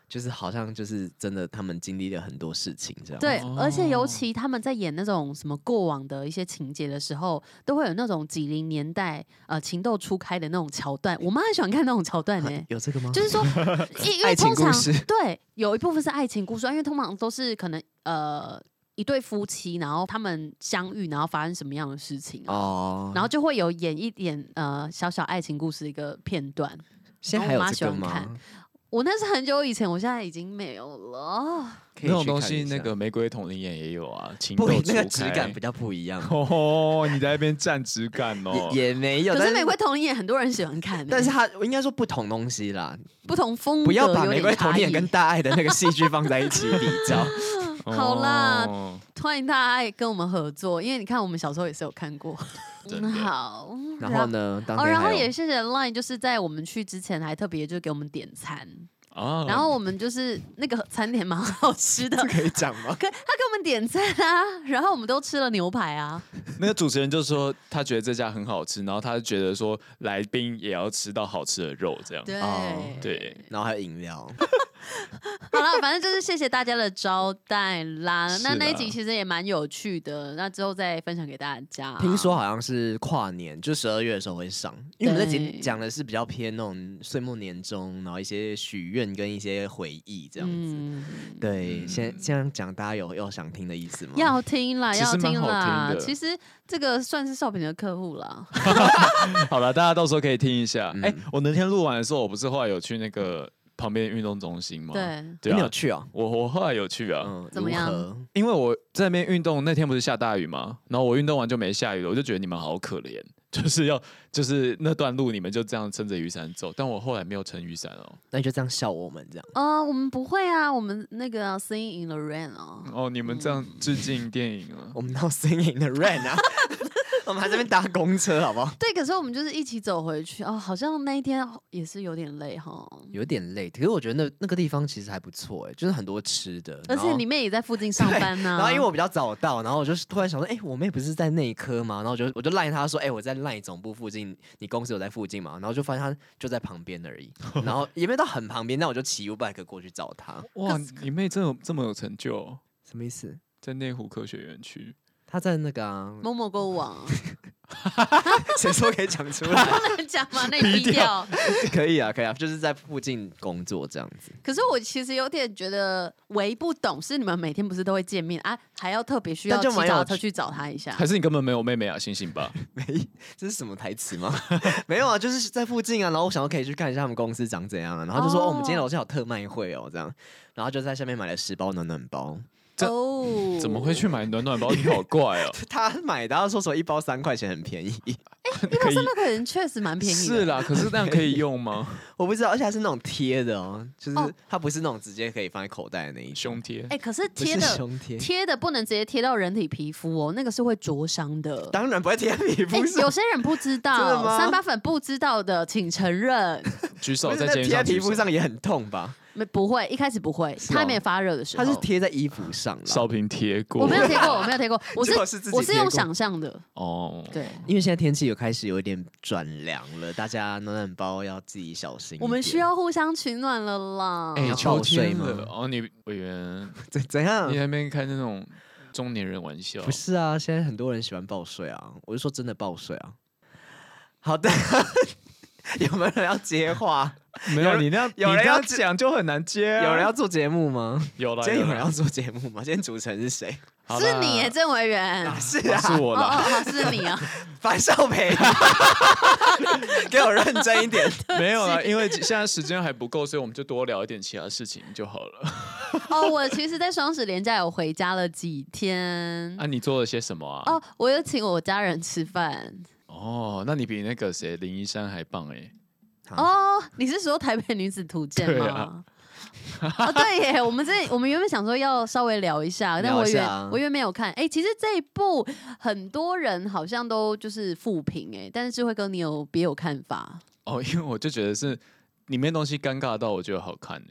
[SPEAKER 4] 就是好像就是真的他们经历了很多事情这样。啊
[SPEAKER 1] 对，而且尤
[SPEAKER 3] 哦
[SPEAKER 1] 其他们在演那种什么过往的一些情节的时候，都会有那种几零年代呃情窦初开的那种桥段。我妈很喜欢看那种
[SPEAKER 4] [laughs]
[SPEAKER 1] 桥段呢、
[SPEAKER 4] 有这个吗？
[SPEAKER 1] 就
[SPEAKER 4] [laughs]
[SPEAKER 1] 是说，因因为
[SPEAKER 4] 爱情
[SPEAKER 1] 通常
[SPEAKER 4] 故事
[SPEAKER 1] 对有一部分是爱情故事，因为通常都是可能呃一对夫妻，然后他们相遇，然后发生什么样的事情啊，
[SPEAKER 4] 哦，
[SPEAKER 1] 然后就会有演一点呃小小爱情故事的一个片段。
[SPEAKER 4] 现在还
[SPEAKER 1] 我妈
[SPEAKER 4] 有
[SPEAKER 1] 喜
[SPEAKER 4] 这个
[SPEAKER 1] 欢看
[SPEAKER 4] 吗？
[SPEAKER 1] 我那是很久以前，我现在已经没有了。
[SPEAKER 4] 可以
[SPEAKER 3] 那种
[SPEAKER 4] 去
[SPEAKER 3] 东
[SPEAKER 4] 看
[SPEAKER 3] 西，
[SPEAKER 4] 一下
[SPEAKER 3] 那个玫瑰同龄眼也有啊，情
[SPEAKER 4] [laughs] 不
[SPEAKER 3] 窦
[SPEAKER 4] 那个
[SPEAKER 3] 初
[SPEAKER 4] 质
[SPEAKER 3] 开
[SPEAKER 4] 感比较不一样， [laughs]
[SPEAKER 3] 哦，你在那边站质感哦，
[SPEAKER 4] 也也没 [laughs] 有。
[SPEAKER 1] 可
[SPEAKER 4] 但
[SPEAKER 1] 是玫瑰童林也很多人喜欢看欸、
[SPEAKER 4] 但是它应该说不同东西啦，
[SPEAKER 1] 不同风格
[SPEAKER 4] 不要把
[SPEAKER 1] 有
[SPEAKER 4] 玫
[SPEAKER 1] 点
[SPEAKER 4] 瑰童
[SPEAKER 1] 差
[SPEAKER 4] 年
[SPEAKER 1] 异
[SPEAKER 4] 跟大爱的那个戏剧放在一起比
[SPEAKER 1] [laughs]
[SPEAKER 4] 较。
[SPEAKER 1] 好啦
[SPEAKER 3] 哦
[SPEAKER 1] 欢迎大家也跟我们合作，因为你看我们小时候也是有看过。
[SPEAKER 3] 真
[SPEAKER 1] 嗯
[SPEAKER 3] 的
[SPEAKER 1] 好，
[SPEAKER 4] 然后呢？当
[SPEAKER 1] 哦，
[SPEAKER 4] 天
[SPEAKER 1] 然
[SPEAKER 4] 还
[SPEAKER 1] 后
[SPEAKER 4] 有
[SPEAKER 1] 也谢谢 Line，就是在我们去之前还特别就给我们点
[SPEAKER 3] [laughs]
[SPEAKER 1] 餐，
[SPEAKER 3] 啊，
[SPEAKER 1] 然后我们就是那个餐点蛮 [laughs] 好吃的，
[SPEAKER 4] 可以讲
[SPEAKER 1] [laughs]
[SPEAKER 4] 吗？
[SPEAKER 1] 可他给我们点餐啊，然后我们都吃了牛排啊，
[SPEAKER 3] 那个主持人就说他觉得这家很好吃，然后他觉得说来宾也要吃到好吃的肉，这样
[SPEAKER 1] 对、
[SPEAKER 4] 哦
[SPEAKER 3] 对，
[SPEAKER 4] 然后还有饮料。
[SPEAKER 1] 啊好了，反正就是谢谢大家的招待啦。
[SPEAKER 3] 是
[SPEAKER 1] 那那一
[SPEAKER 3] 啦
[SPEAKER 1] 集其实也蛮有趣的，那之后再分享给大家。
[SPEAKER 4] 听说好像是跨年，就十二月的时候会上，因为我们在
[SPEAKER 1] 对
[SPEAKER 4] 讲讲的是比较偏那种岁末年终，然后一些许愿跟一些回忆这样子。
[SPEAKER 1] 嗯，
[SPEAKER 4] 对，先这样讲，大家有有想听的意思吗？
[SPEAKER 1] 要听啦，
[SPEAKER 3] 嗯其实
[SPEAKER 1] 要听
[SPEAKER 3] 蛮好
[SPEAKER 1] 啦
[SPEAKER 3] 听。的
[SPEAKER 1] 其实这个算是少平的客户啦。
[SPEAKER 3] [laughs] 好了，大家到时候可以听一下。
[SPEAKER 4] 嗯
[SPEAKER 3] 哎、我那天录完的时候，我不是后来有去那个旁边的运动中心吗？，
[SPEAKER 1] 对，
[SPEAKER 4] 你
[SPEAKER 3] 对啊
[SPEAKER 4] 有，去哦。
[SPEAKER 3] 我我后来有去啊，
[SPEAKER 4] 嗯，
[SPEAKER 1] 怎么
[SPEAKER 4] 如
[SPEAKER 1] 样
[SPEAKER 4] 何？
[SPEAKER 3] 因为我在那边运动，那天不是下大雨吗？然后我运动完就没下雨了，我就觉得你们好可怜， [laughs] 就是要就是那段路你们就这样撑着雨伞走，但我后来没有撑雨伞哦。
[SPEAKER 4] 那你就这样笑我们这样。
[SPEAKER 1] 呃，我们不会啊，我们那个啊 Sing in the Rain 哦。
[SPEAKER 3] 哦，你们这样致敬电影了。
[SPEAKER 4] 我们到 [laughs] singing 的 rain 啊， [laughs] 我们还在那边搭公车，好不好？
[SPEAKER 1] 对，可是我们就是一起走回去哦，好像那一天也是有点累哈，
[SPEAKER 4] 有点累，可是我觉得那那个地方其实还不错，哎，就是很多吃的，
[SPEAKER 1] 而
[SPEAKER 4] 然
[SPEAKER 1] 且
[SPEAKER 4] 后
[SPEAKER 1] 里面也在附近
[SPEAKER 4] [laughs]
[SPEAKER 1] 上班呢、，
[SPEAKER 4] 然后因为我比较早到，然后我就是突然想说，哎、我妹不是在内科吗？然后我就我就赖他说，哎、我在赖总部附近，你公司有在附近吗？然后就发现他就在旁边 [laughs] 而已，然后也没有到很旁边，那我就骑 U bike 过去找他。
[SPEAKER 3] [laughs] 哇，你妹真有这么有成就哦、
[SPEAKER 4] [laughs] 什么意思？
[SPEAKER 3] 在内湖科学园区。
[SPEAKER 4] 他在那个、 [laughs] 啊
[SPEAKER 1] 某某购物网，
[SPEAKER 4] 谁说可以讲出来？ [laughs]
[SPEAKER 1] 不能讲嘛，那个低调。
[SPEAKER 4] 可以啊，可以啊，就是在附近工作这样子。
[SPEAKER 1] 可是我其实有点觉得唯不懂，是你们每天不是都会见面啊，还要特别需要
[SPEAKER 4] 但
[SPEAKER 1] 骑
[SPEAKER 4] 就蛮有
[SPEAKER 1] 脚踏车
[SPEAKER 4] 趣
[SPEAKER 1] 去找他一下
[SPEAKER 3] 还。是你根本没有妹妹啊，醒醒吧！
[SPEAKER 4] 没， [laughs] 这是什么台词吗？ [laughs] 没有啊，就是在附近啊。然后我想要可以去看一下他们公司长怎样啊。然后就说，哦，我们今天楼下有特卖会哦，这样。然后就在下面买了十包暖暖包。 [laughs]
[SPEAKER 3] 这
[SPEAKER 1] 哦，
[SPEAKER 3] 怎么会去买暖暖包？你好怪哦，
[SPEAKER 4] 他买的，他说什么一包三块钱很便宜， [laughs]
[SPEAKER 3] 可
[SPEAKER 1] 一包
[SPEAKER 3] 以
[SPEAKER 1] 三百块钱确实蛮便宜的，
[SPEAKER 3] 是啦，可是那样可以用吗？
[SPEAKER 4] [laughs] 我不知道，而且还是那种贴的哦，就是
[SPEAKER 1] 哦
[SPEAKER 4] 它不是那种直接可以放在口袋的那一种，
[SPEAKER 3] 胸贴
[SPEAKER 1] 哎、，可是
[SPEAKER 4] 不是
[SPEAKER 1] 贴的
[SPEAKER 4] 胸贴，
[SPEAKER 1] 贴的不能直接贴到人体皮肤哦，那个是会灼伤的。
[SPEAKER 4] 当然不会贴皮
[SPEAKER 1] 哎、
[SPEAKER 4] 肤上，
[SPEAKER 1] 有些人不知
[SPEAKER 4] 真的
[SPEAKER 1] 道，
[SPEAKER 4] 吗
[SPEAKER 1] 三八粉不知道的，请承认。
[SPEAKER 3] 举
[SPEAKER 4] 不
[SPEAKER 3] 手
[SPEAKER 4] 是
[SPEAKER 3] 在
[SPEAKER 4] 那
[SPEAKER 3] 肩
[SPEAKER 4] 贴在
[SPEAKER 3] 上，
[SPEAKER 4] 皮
[SPEAKER 3] 举
[SPEAKER 4] 肤
[SPEAKER 3] 手
[SPEAKER 4] 上也很痛吧？
[SPEAKER 1] 没不会，一开始不会，
[SPEAKER 4] 是哦
[SPEAKER 1] 它还没发热的时候。
[SPEAKER 4] 它是贴在衣服上
[SPEAKER 3] 少
[SPEAKER 4] 了，
[SPEAKER 3] 平贴过，
[SPEAKER 1] 我没有贴过，我没有
[SPEAKER 4] [laughs]
[SPEAKER 1] 贴过，我是
[SPEAKER 4] 就是自己
[SPEAKER 1] 我是
[SPEAKER 4] 贴
[SPEAKER 1] 用
[SPEAKER 4] 过
[SPEAKER 1] 想象的，
[SPEAKER 3] 哦，
[SPEAKER 1] 对。
[SPEAKER 4] 因为现在天气有开始有一点转凉了，大家暖暖包要自己小心一点。
[SPEAKER 1] 我们需要互相取暖了啦。
[SPEAKER 3] 哎，
[SPEAKER 4] 要
[SPEAKER 3] 秋
[SPEAKER 4] 报税
[SPEAKER 3] 天
[SPEAKER 4] 吗
[SPEAKER 3] 了，哦，你委员，
[SPEAKER 4] [laughs] 怎怎样
[SPEAKER 3] 你？在那边开那种中年人玩笑
[SPEAKER 4] 不，是啊，现在很多人喜欢报税啊，我是说真的报税啊。好的， [laughs] 有没有人要接话？
[SPEAKER 3] 没
[SPEAKER 4] 有
[SPEAKER 3] 有
[SPEAKER 4] 人
[SPEAKER 3] 你那样，
[SPEAKER 4] 有
[SPEAKER 3] 你
[SPEAKER 4] 人
[SPEAKER 3] 这
[SPEAKER 4] 要
[SPEAKER 3] 样讲就很难接啊，
[SPEAKER 4] 有人要做节目吗？
[SPEAKER 3] [laughs] 有了，
[SPEAKER 4] 今天有
[SPEAKER 3] 啦
[SPEAKER 4] 人要做节目吗？今天主持人是谁？
[SPEAKER 3] 好
[SPEAKER 1] 是
[SPEAKER 3] 啦
[SPEAKER 1] 你耶，郑委员。
[SPEAKER 4] 啊，
[SPEAKER 1] 哦
[SPEAKER 4] 是
[SPEAKER 3] [laughs] 哦
[SPEAKER 4] 啊，
[SPEAKER 3] 是我
[SPEAKER 4] [laughs]
[SPEAKER 1] 哦
[SPEAKER 3] 啦，
[SPEAKER 1] 哦，是你啊！
[SPEAKER 4] 樊少培，给我认真一
[SPEAKER 1] [laughs]
[SPEAKER 4] 点。
[SPEAKER 3] 没有啦，因为现在时间还不够，所以我们就多聊一点其他事情就好
[SPEAKER 4] 嗯
[SPEAKER 3] 了。
[SPEAKER 1] 哦，我其实，在双十连假有回家了几天。
[SPEAKER 4] 哎
[SPEAKER 3] 啊，你做了些什么啊？
[SPEAKER 1] 哦，我有请我家人吃饭。
[SPEAKER 3] 哦，那你比那个谁林一山还棒哎、
[SPEAKER 4] 啊
[SPEAKER 1] 哦，你是说《台北女子图鉴》
[SPEAKER 3] 对
[SPEAKER 1] 吗？哦，对耶，我们这我们原本想说要稍微聊一下，但
[SPEAKER 4] 聊
[SPEAKER 1] 我
[SPEAKER 4] 一下
[SPEAKER 1] 原
[SPEAKER 4] 啊
[SPEAKER 1] 我原没有看。哎、其实这一部很多人好像都就是负评哎，但是智慧哥你有别有看法？
[SPEAKER 3] 哦，因为我就觉得是里面东西尴尬到我觉得好看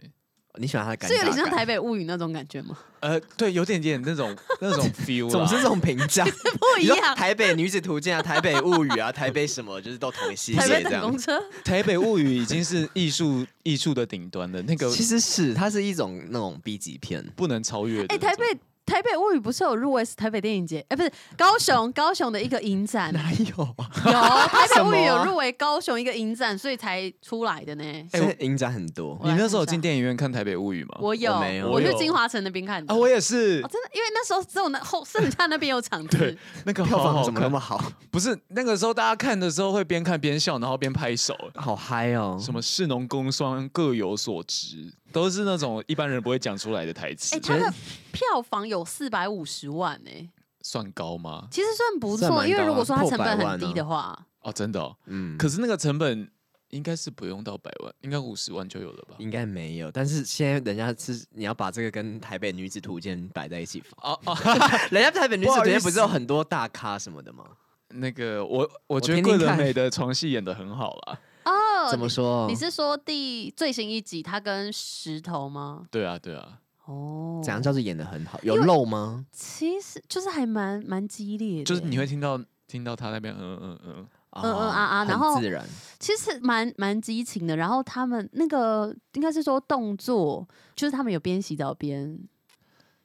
[SPEAKER 3] 哎、
[SPEAKER 4] 你喜欢他的感
[SPEAKER 1] 是有点像
[SPEAKER 4] 觉？
[SPEAKER 1] 《台北物语》那种感觉吗？
[SPEAKER 3] 呃，对，有点点那种那 [laughs] 种 feel 啦
[SPEAKER 4] 总是这种评价
[SPEAKER 1] [laughs] 不一
[SPEAKER 4] 你说
[SPEAKER 1] 样，
[SPEAKER 4] 台北女子图鉴啊，台北物语啊，台北什么，就是都同一系
[SPEAKER 1] 台
[SPEAKER 4] 列
[SPEAKER 1] 北
[SPEAKER 4] 这
[SPEAKER 1] 等
[SPEAKER 4] 样
[SPEAKER 1] 公。车。
[SPEAKER 3] 台北物语已经是艺术艺术的顶端了，那个
[SPEAKER 4] 其实是它是一种那种 B 级片，
[SPEAKER 3] 不能超越的那
[SPEAKER 1] 哎、
[SPEAKER 3] 种。
[SPEAKER 1] 台北台北物语不是有入围台北电影节？哎、不是高雄高雄的一个
[SPEAKER 4] [laughs]
[SPEAKER 1] 影展，
[SPEAKER 4] 哪有啊？
[SPEAKER 1] 有台北物语
[SPEAKER 4] 什么
[SPEAKER 1] 有
[SPEAKER 4] 啊
[SPEAKER 1] 入围高雄一个影展，所以才出来的呢。
[SPEAKER 4] 哎，我影展很多
[SPEAKER 1] 我
[SPEAKER 3] 你
[SPEAKER 1] 来
[SPEAKER 3] 那
[SPEAKER 1] 看
[SPEAKER 3] 时候有
[SPEAKER 1] 一下
[SPEAKER 3] 进电影院看《台北物语》吗？
[SPEAKER 1] 我有，
[SPEAKER 4] 我没有
[SPEAKER 1] 我去
[SPEAKER 3] 我有
[SPEAKER 1] 金华城那边看的。
[SPEAKER 3] 啊，我也是
[SPEAKER 1] 哦，，真的，因为那时候只有那后剩下那边有场
[SPEAKER 3] 对
[SPEAKER 1] 子，
[SPEAKER 3] 那个
[SPEAKER 4] 票
[SPEAKER 3] 好
[SPEAKER 4] 房
[SPEAKER 3] 好
[SPEAKER 4] 怎么那
[SPEAKER 3] 看
[SPEAKER 4] 么好？
[SPEAKER 3] 不是那个时候大家看的时候会边看边笑，然后边拍手。
[SPEAKER 4] 好嗨哦！
[SPEAKER 3] 什么士农工商各有所值，都是那种一般人不会讲出来的台词。
[SPEAKER 1] 哎、它的票房有四百五十万哎、
[SPEAKER 3] 算高吗？
[SPEAKER 1] 其实算不
[SPEAKER 4] 算蛮
[SPEAKER 1] 错，
[SPEAKER 4] 高啊
[SPEAKER 1] 因为如果说它成本
[SPEAKER 4] 破百万啊
[SPEAKER 1] 很低的话，
[SPEAKER 3] 哦，真的哦。
[SPEAKER 4] 嗯，
[SPEAKER 3] 可是那个成本应该是不用到百万，应该五十万就有了吧？
[SPEAKER 4] 应该没有，但是现在人家是你要把这个跟台北女子图鉴摆在一起放，
[SPEAKER 3] 哦哦，
[SPEAKER 4] [laughs] 人家台北女子
[SPEAKER 3] 不好
[SPEAKER 4] 图
[SPEAKER 3] 意思
[SPEAKER 4] 鉴不是有很多大咖什么的吗？
[SPEAKER 3] 那个我我觉
[SPEAKER 4] 我
[SPEAKER 3] 得
[SPEAKER 4] 听
[SPEAKER 3] 桂
[SPEAKER 4] 听
[SPEAKER 3] 纶
[SPEAKER 4] 看
[SPEAKER 3] 镁的床戏演的很好啦。
[SPEAKER 1] 哦，
[SPEAKER 4] 啊怎么
[SPEAKER 1] 你？
[SPEAKER 4] 说？
[SPEAKER 1] 你是说第最新一集它跟石头吗？
[SPEAKER 3] 对啊，对啊，
[SPEAKER 1] 哦，
[SPEAKER 4] 怎样叫做演的很好？有
[SPEAKER 1] 因为
[SPEAKER 4] 漏吗？
[SPEAKER 1] 其实就是还蛮蛮激烈的，
[SPEAKER 3] 就是你会听到听到他那边嗯嗯嗯，
[SPEAKER 4] 嗯
[SPEAKER 1] 嗯啊啊然后
[SPEAKER 4] 自然，
[SPEAKER 1] 其实蛮蛮激情的。然后他们那个应该是说动作，就是他们有边洗澡边，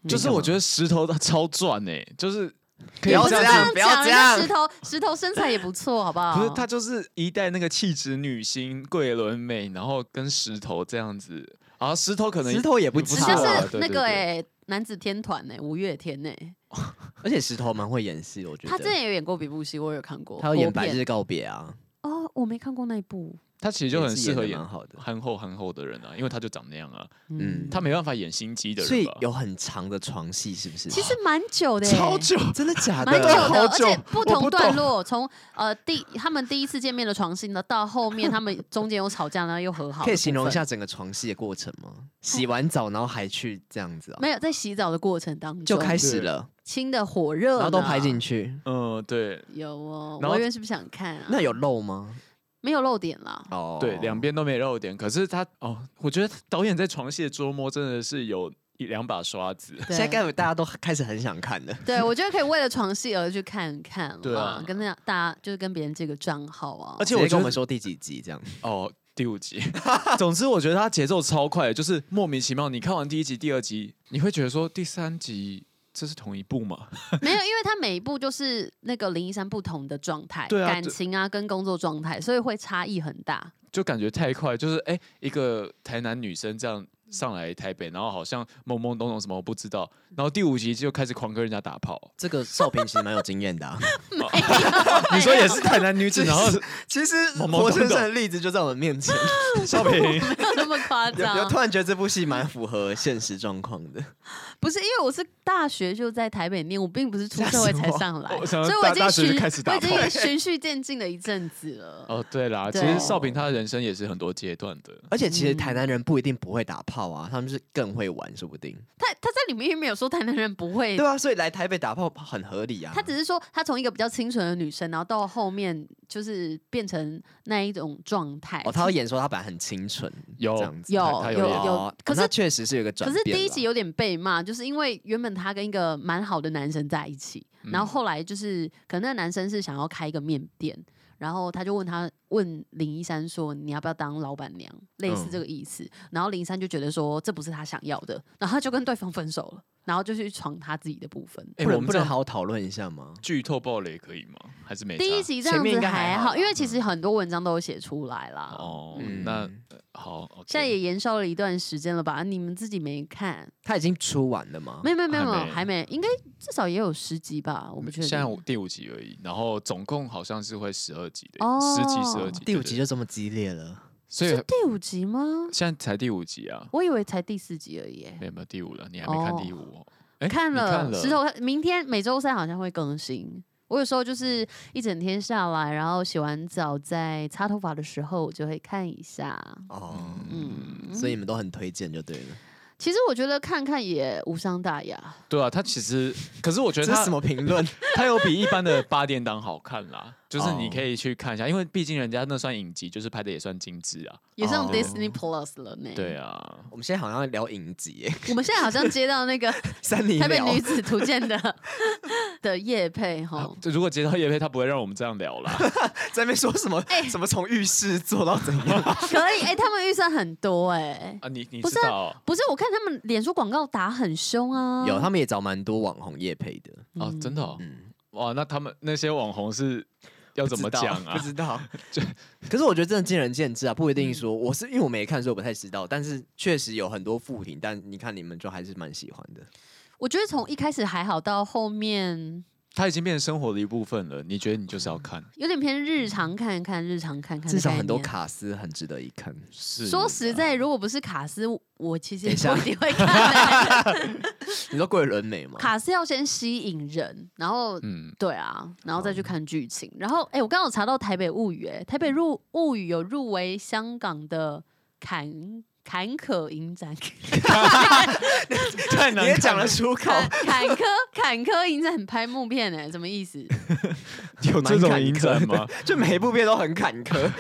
[SPEAKER 3] 就是我觉得石头他超赚哎、就是可以
[SPEAKER 4] 不要
[SPEAKER 1] 不
[SPEAKER 3] 这
[SPEAKER 1] 是
[SPEAKER 4] 这
[SPEAKER 3] 样
[SPEAKER 1] 这
[SPEAKER 4] 样
[SPEAKER 1] 样
[SPEAKER 4] 不要
[SPEAKER 1] 讲，
[SPEAKER 4] 这
[SPEAKER 1] 人家
[SPEAKER 4] 样
[SPEAKER 1] 石头石头身材也不错，好不
[SPEAKER 4] 啊
[SPEAKER 1] 好？
[SPEAKER 3] 不是，她就是一代那个气质女星桂纶镁，然后跟石头这样子，啊，石头可能
[SPEAKER 4] 石头也不
[SPEAKER 3] 不
[SPEAKER 1] 人
[SPEAKER 4] 差
[SPEAKER 1] 家
[SPEAKER 3] 错啊
[SPEAKER 4] 啊，
[SPEAKER 1] 是
[SPEAKER 3] 对
[SPEAKER 1] 那
[SPEAKER 3] 对
[SPEAKER 1] 个
[SPEAKER 3] 对
[SPEAKER 1] 哎、男子天团呢、欸五月天呢、
[SPEAKER 4] 而且石头蛮会演戏的，我觉得。
[SPEAKER 1] 他之前有演过比部戏，我有看过。
[SPEAKER 4] 他有演《
[SPEAKER 1] 国
[SPEAKER 4] 百
[SPEAKER 1] 片
[SPEAKER 4] 日告别》啊，
[SPEAKER 1] 哦，我没看过那一部。嗯
[SPEAKER 3] 她其实就
[SPEAKER 4] 也
[SPEAKER 3] 很
[SPEAKER 4] 是
[SPEAKER 3] 适合
[SPEAKER 4] 得
[SPEAKER 3] 演
[SPEAKER 4] 蛮好的。
[SPEAKER 3] 憨厚憨厚的人啊，因为她就长那样啊，
[SPEAKER 1] 嗯，
[SPEAKER 4] 嗯
[SPEAKER 3] 她没办法演心机的人吧，
[SPEAKER 4] 所以有很长的床戏，是不是？
[SPEAKER 1] 其实蛮久的、欸，
[SPEAKER 3] 超久，
[SPEAKER 4] 真的假
[SPEAKER 1] 蛮久
[SPEAKER 4] 的？
[SPEAKER 1] 的，
[SPEAKER 3] 好
[SPEAKER 1] 而
[SPEAKER 3] 久
[SPEAKER 1] 且不
[SPEAKER 3] 我不
[SPEAKER 1] 同段
[SPEAKER 3] 懂
[SPEAKER 1] 落，从呃第他们第一次见面的床戏呢，到后面他
[SPEAKER 4] [laughs]
[SPEAKER 1] 们中间有吵架，然后又和好。
[SPEAKER 4] 可以形容一？下整个床戏的过程吗？洗完澡然后还去这样子啊，
[SPEAKER 1] 没有，在洗澡的过程当中
[SPEAKER 4] 就开始了，
[SPEAKER 1] 亲的火热，
[SPEAKER 4] 然后都拍进
[SPEAKER 1] 去。
[SPEAKER 4] 去，
[SPEAKER 3] 嗯，对
[SPEAKER 1] 有哦，
[SPEAKER 3] 然后
[SPEAKER 1] 我原是不是想看啊？
[SPEAKER 4] 那有漏吗？
[SPEAKER 1] 没有漏点啦？
[SPEAKER 4] 哦，
[SPEAKER 3] 对，两边都没露点，可是她哦，我觉得导演在床戏的捉摸真的是有一两把刷子，
[SPEAKER 1] 对哦
[SPEAKER 4] 现在该有大家都开始很想看了。
[SPEAKER 1] [laughs] 对，我觉得可以为了床戏而去看看啦，
[SPEAKER 3] 对啊
[SPEAKER 1] 跟那大家就是跟别人借个账号啊，
[SPEAKER 3] 而
[SPEAKER 4] 直
[SPEAKER 3] 且
[SPEAKER 4] 接跟
[SPEAKER 3] 我觉
[SPEAKER 4] 我
[SPEAKER 3] 得
[SPEAKER 4] 们说第几集这样？
[SPEAKER 3] 哦，第五集。 [laughs] 总之，我觉得它节奏超快的，就是莫名其妙。你看完第一集、第二集，你会觉得说第三集这是同一部吗？ [laughs]
[SPEAKER 1] 没有，因为他每一部就是那个林一山不同的状态，
[SPEAKER 3] 对啊
[SPEAKER 1] 感
[SPEAKER 3] 对
[SPEAKER 1] 情啊跟工作状态，所以会差异很大。
[SPEAKER 3] 就感觉太快，就是哎、一个台南女生这样上来台北，然后好像懵懵懂懂什么我不知道，然后第五集就开始狂跟人家打炮。
[SPEAKER 4] 这个少平其实蛮有经验的啊。
[SPEAKER 3] 你说也是台南女子，
[SPEAKER 4] 这
[SPEAKER 3] 然
[SPEAKER 4] [laughs]
[SPEAKER 3] 后
[SPEAKER 4] 是其实
[SPEAKER 3] 懵懵懂懂
[SPEAKER 4] 活生生的例子就在我们
[SPEAKER 1] [laughs]
[SPEAKER 4] 面前，
[SPEAKER 3] 少平，
[SPEAKER 1] 没有那么
[SPEAKER 4] 有
[SPEAKER 1] 夸
[SPEAKER 4] 有
[SPEAKER 1] 张
[SPEAKER 4] 突，然觉得这部戏蛮符合现实状况的。
[SPEAKER 1] 不是因为我是大学就在台北念，我并不是出社会才上来，
[SPEAKER 2] 我
[SPEAKER 1] 所
[SPEAKER 2] 想
[SPEAKER 1] 以
[SPEAKER 2] 说
[SPEAKER 1] 我
[SPEAKER 2] 大
[SPEAKER 1] 已经
[SPEAKER 2] 大学就
[SPEAKER 1] 循
[SPEAKER 2] 开始
[SPEAKER 1] 我
[SPEAKER 2] 打
[SPEAKER 1] 已经
[SPEAKER 2] 炮
[SPEAKER 1] 也循序渐进了一阵子了。
[SPEAKER 3] 哦，对啦，其
[SPEAKER 1] 对
[SPEAKER 3] 实少平他的人生也是很多阶段的。
[SPEAKER 4] 而且
[SPEAKER 1] 嗯
[SPEAKER 4] 其实台南人不一定不会打炮啊，他们是更会玩，说不定。
[SPEAKER 1] 他他在里面也没有说台南人不会
[SPEAKER 4] 对，啊，所以来台北打炮很合理啊。
[SPEAKER 1] 他只是说他从一个比较清纯的女生，然后到后面就是变成那一种状态。
[SPEAKER 4] 哦，他会演说他本来很清纯，
[SPEAKER 3] 有
[SPEAKER 4] 这样子。
[SPEAKER 1] 有
[SPEAKER 3] 他他有
[SPEAKER 1] 有
[SPEAKER 3] 演
[SPEAKER 1] 有
[SPEAKER 4] 哦，
[SPEAKER 1] 可是
[SPEAKER 4] 那确实是有一个转
[SPEAKER 1] 可
[SPEAKER 4] 变
[SPEAKER 1] 是
[SPEAKER 4] 啦。
[SPEAKER 1] 第一集有点被骂，就是因为原本她跟一个蛮好的男生在一起，然
[SPEAKER 4] 嗯
[SPEAKER 1] 后后来就是可能那个男生是想要开一个面店，然后他就问他问林一山说你要不要当老板娘，类似
[SPEAKER 4] 嗯
[SPEAKER 1] 这个意思。然后林一山就觉得说这不是他想要的，然后他就跟对方分手了，然后就去闯他自己的部分。
[SPEAKER 4] 不
[SPEAKER 3] 哎，我
[SPEAKER 4] 能
[SPEAKER 3] 们
[SPEAKER 4] 不
[SPEAKER 3] 这
[SPEAKER 4] 能
[SPEAKER 3] 样
[SPEAKER 4] 好好讨论一下吗？
[SPEAKER 3] 剧透暴雷可以吗？还是没差？
[SPEAKER 1] 第一集这
[SPEAKER 4] 前
[SPEAKER 1] 样
[SPEAKER 4] 面
[SPEAKER 1] 子
[SPEAKER 4] 应该还好
[SPEAKER 1] 好，因为
[SPEAKER 4] 啦
[SPEAKER 1] 其实很多文章都有写出来啦。
[SPEAKER 3] 哦，
[SPEAKER 4] 嗯
[SPEAKER 3] 那呃好，OK，
[SPEAKER 1] 现在也延烧了一段时间了吧？你们自己没看？
[SPEAKER 4] 他已经出完了吗？
[SPEAKER 1] 没有没有没有，
[SPEAKER 3] 哦还没
[SPEAKER 1] 还没，应该至少也有十集吧？我不确定。
[SPEAKER 3] 现在我第五集而已，然后总共好像是会十二集的，
[SPEAKER 1] 哦
[SPEAKER 3] 十集十二集，
[SPEAKER 4] 第五集
[SPEAKER 3] 对，对对
[SPEAKER 4] 就这么激烈了，
[SPEAKER 3] 所以
[SPEAKER 1] 是第五集吗？
[SPEAKER 3] 现在才第五集啊，
[SPEAKER 1] 我以为才第四集而已耶。
[SPEAKER 3] 没有没有第五了，你还没看
[SPEAKER 1] 哦
[SPEAKER 3] 第五哦？哎，
[SPEAKER 1] 看
[SPEAKER 3] 你
[SPEAKER 1] 了
[SPEAKER 3] 看了
[SPEAKER 1] 石头，明天每周三好像会更新。我有时候就是一整天下来，然后洗完澡在擦头发的时候，我就会看一下。
[SPEAKER 4] 哦，
[SPEAKER 1] 嗯，
[SPEAKER 4] 所以你们都很推荐就对了。
[SPEAKER 1] 其实我觉得看看也无伤大雅。
[SPEAKER 3] 对啊，他其实，可是我觉
[SPEAKER 4] 这
[SPEAKER 3] 得
[SPEAKER 4] 是
[SPEAKER 3] 他
[SPEAKER 4] 什么评
[SPEAKER 1] [laughs]
[SPEAKER 4] 论？
[SPEAKER 3] 它有比一般的八点档好看啦，就是你
[SPEAKER 4] 哦
[SPEAKER 3] 可以去看一下，因为毕竟人家那算影集，就是拍的也算精致啊。
[SPEAKER 1] 也上
[SPEAKER 4] 哦
[SPEAKER 1] Disney Plus 了呢。
[SPEAKER 3] 对，啊，
[SPEAKER 4] 我们现在好像在聊影集耶，
[SPEAKER 1] 我们现在好像接到那
[SPEAKER 3] [laughs]
[SPEAKER 1] 个
[SPEAKER 4] 三零
[SPEAKER 1] 台北
[SPEAKER 4] 聊
[SPEAKER 1] 女子图鉴的 [laughs] 的叶配哈，
[SPEAKER 3] 就如果接到叶配，他不会让我们这样聊啦。
[SPEAKER 4] 在那边说什么？
[SPEAKER 1] 哎
[SPEAKER 4] 什么从浴室做到怎样？
[SPEAKER 1] 可以哎、他们预算很多哎、
[SPEAKER 3] 啊，你你
[SPEAKER 1] 不
[SPEAKER 3] 知
[SPEAKER 1] 是啊
[SPEAKER 3] 道哦
[SPEAKER 1] 不是，我看他们脸书广告打很凶啊，
[SPEAKER 4] 有，他们也找蛮多网红业配的。
[SPEAKER 3] 哦，真的哦，哇，那他们那些网红是要怎么讲啊
[SPEAKER 4] 不？知
[SPEAKER 1] [laughs]
[SPEAKER 4] 道，就可是我觉得真的见仁见智啊，不一
[SPEAKER 1] 嗯
[SPEAKER 4] 定说我是因为我没看，所以我不太知道。但是确实有很多副评，但你看你们就还是蛮喜欢的。
[SPEAKER 1] 我觉得从一开始还好，到后面
[SPEAKER 3] 他已经变成生活的一部分了，你觉得你就是要看？
[SPEAKER 1] 有点偏日常看看，日常看看的概念，
[SPEAKER 4] 至少很多卡斯很值得一看。
[SPEAKER 3] 是
[SPEAKER 1] 说实在，如果不是卡斯，我其实也
[SPEAKER 4] 等
[SPEAKER 1] 不
[SPEAKER 4] 一
[SPEAKER 1] 一
[SPEAKER 4] 下
[SPEAKER 1] 定会看
[SPEAKER 4] [laughs]
[SPEAKER 1] 欸、
[SPEAKER 4] 你说桂纶镁吗？
[SPEAKER 1] 卡斯要先吸引人，然后
[SPEAKER 3] 嗯，
[SPEAKER 1] 对啊，然后再去看剧情。然后，哎、我刚刚有查到《台北物语、欸》，《台北入物语》有入围香港的坎坎可影展，
[SPEAKER 3] 太
[SPEAKER 4] 你
[SPEAKER 3] 难
[SPEAKER 4] 也
[SPEAKER 3] 看
[SPEAKER 4] 讲
[SPEAKER 3] 了
[SPEAKER 4] 得出口，
[SPEAKER 1] 坎坎科坎科影展拍木片哎、什么意思？
[SPEAKER 3] 有这种影展
[SPEAKER 4] 蛮坎坷？
[SPEAKER 3] 吗
[SPEAKER 4] 的？ [laughs] 就每一部片都很坎 [laughs] 坷，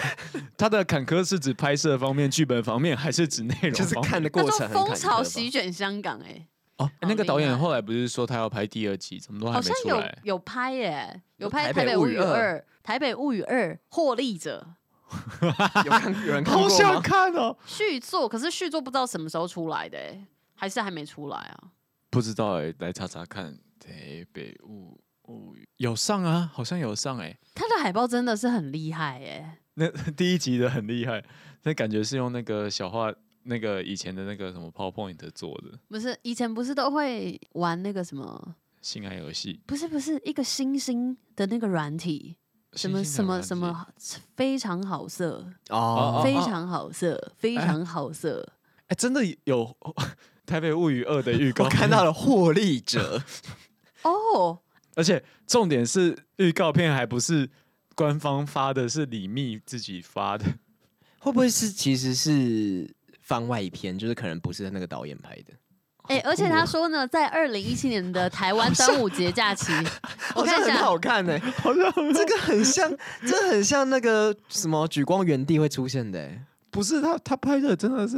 [SPEAKER 3] 他的坎坷是指拍摄方面、剧本方面，还是指内容？
[SPEAKER 4] 就是看的
[SPEAKER 1] 那
[SPEAKER 4] 过
[SPEAKER 1] 种
[SPEAKER 4] 程很坎坷吧。
[SPEAKER 1] 风潮席卷香港哎、
[SPEAKER 3] 哦，
[SPEAKER 1] 好
[SPEAKER 3] 那个导
[SPEAKER 1] 厉害
[SPEAKER 3] 演后来不是说他要拍第二季，怎么都哦还
[SPEAKER 1] 好
[SPEAKER 3] 没
[SPEAKER 1] 像
[SPEAKER 3] 出
[SPEAKER 1] 有
[SPEAKER 3] 来？
[SPEAKER 1] 有拍耶，有
[SPEAKER 4] 有
[SPEAKER 1] 拍《
[SPEAKER 4] 台
[SPEAKER 1] 台
[SPEAKER 4] 北
[SPEAKER 1] 北
[SPEAKER 4] 物
[SPEAKER 1] 物
[SPEAKER 4] 语
[SPEAKER 1] 语二
[SPEAKER 4] 二》
[SPEAKER 1] 《台北物语二》获利者
[SPEAKER 4] 有看有人看过吗？
[SPEAKER 3] 看哦！
[SPEAKER 1] 续作，可是续作不知道什么时候出来的耶，还是还没出来啊？
[SPEAKER 3] 不知道哎、来查查看。台北物物语有上啊，好像有上哎、
[SPEAKER 1] 它的海报真的是很厉害欸耶，
[SPEAKER 3] 那第一集的很厉害，那感觉是用那个小画，那个以前的那个什么 PowerPoint 做的
[SPEAKER 1] 不是以前不是都会玩那个什么？
[SPEAKER 3] 性爱游戏，
[SPEAKER 1] 不是不是一个星星的那个软体，什
[SPEAKER 3] 星
[SPEAKER 1] 么什
[SPEAKER 3] 星的
[SPEAKER 1] 么
[SPEAKER 3] 软
[SPEAKER 1] 什
[SPEAKER 3] 体
[SPEAKER 1] 么非常好色，
[SPEAKER 4] 哦
[SPEAKER 3] 哦
[SPEAKER 1] 非常好色，非常好色。
[SPEAKER 3] 哎、真的有《台北物语二》的
[SPEAKER 1] [laughs]
[SPEAKER 3] 预告
[SPEAKER 4] 我，看到了获利者， [laughs]
[SPEAKER 1] 哦，
[SPEAKER 3] 而且重点是预告片还不是官方发的，是李密自己发的。
[SPEAKER 4] 会不会是其实是番外篇，就是可能不是那个导演拍的？
[SPEAKER 1] 哎、而
[SPEAKER 4] 哦
[SPEAKER 1] 且他说呢，在二零一七
[SPEAKER 4] [laughs]
[SPEAKER 1] 年的台湾端午节假期，我看一
[SPEAKER 4] 好像
[SPEAKER 1] 下
[SPEAKER 4] 很，好看呢、好像这个很像，这很像那个什么举光原地会出现的、欸。
[SPEAKER 3] 不是他，他拍的真的是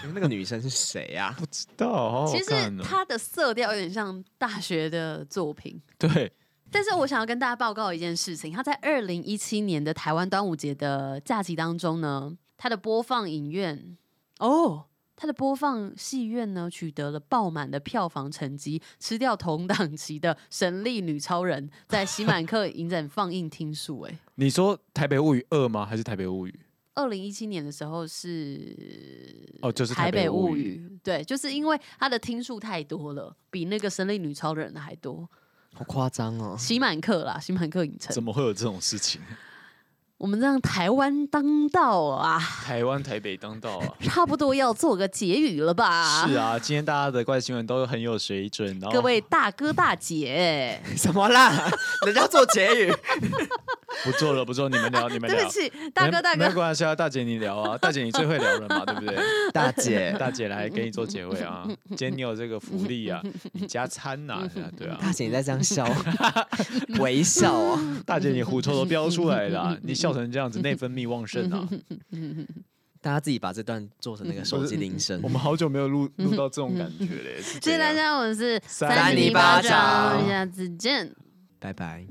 [SPEAKER 4] 请问那个女生是谁啊呀、
[SPEAKER 3] 不知道，好好
[SPEAKER 1] 其实
[SPEAKER 3] 看哦
[SPEAKER 1] 它的色调有点像大学的作品，
[SPEAKER 3] 对，
[SPEAKER 1] 但是我想要跟大家报告一件事情，它在二零一七年的台湾端午节的假期当中呢，它的播放影院哦。它的播放戏院呢，取得了爆满的票房成绩，吃掉同档期的《神力女超人》在喜满客影展放映厅数。哎，
[SPEAKER 3] 你说《台北物语二》吗？还是《台北物语
[SPEAKER 1] 二零一七年的时候是》？
[SPEAKER 3] 哦，就是《
[SPEAKER 1] 台
[SPEAKER 3] 北
[SPEAKER 1] 北
[SPEAKER 3] 物
[SPEAKER 1] 物语》，对，就是因为它的听数太多了，比那个《神力女超人》还多。
[SPEAKER 4] 好夸张哦！
[SPEAKER 1] 喜满客啦，喜满客影城 [laughs]
[SPEAKER 3] 怎。么会有这种事情？
[SPEAKER 1] 我们让台湾当道啊，！
[SPEAKER 3] 台湾台北当道啊
[SPEAKER 1] 差不多要做个结语了吧？
[SPEAKER 3] 是啊，今天大家的怪新闻都很有水准，然后
[SPEAKER 1] 各位大哥大姐，
[SPEAKER 4] 什么 [laughs] 啦？人家做结语，
[SPEAKER 3] 不做了，不做，你们聊，你们
[SPEAKER 1] 对
[SPEAKER 3] 聊
[SPEAKER 1] 不。起，大哥大
[SPEAKER 3] 没有没有
[SPEAKER 1] 哥，
[SPEAKER 3] 关系啊，大姐你聊啊，大姐你最会聊了嘛，对不对？
[SPEAKER 4] 大姐，
[SPEAKER 3] 大姐来给你做结尾
[SPEAKER 1] [laughs]
[SPEAKER 3] 啊，今天你有这个福利啊，你加餐呐、
[SPEAKER 1] 嗯
[SPEAKER 3] 对啊，
[SPEAKER 4] 大姐你在这样 [laughs] 笑，微笑啊、
[SPEAKER 3] 大姐你狐臭都飙出来了啊、
[SPEAKER 1] 嗯
[SPEAKER 3] 你笑成这样子，内分泌旺盛啊！
[SPEAKER 4] 大家自己把这段做成那个手机铃声
[SPEAKER 3] 我。们好久没有录
[SPEAKER 1] 嗯
[SPEAKER 3] 录到这种感觉嘞，是怎
[SPEAKER 1] 谢谢
[SPEAKER 3] 样
[SPEAKER 1] 大。家，我们是
[SPEAKER 3] 啊三
[SPEAKER 4] 尼
[SPEAKER 1] 尼
[SPEAKER 4] 巴
[SPEAKER 1] 掌，
[SPEAKER 4] 掌
[SPEAKER 1] 下次见。
[SPEAKER 4] 拜拜。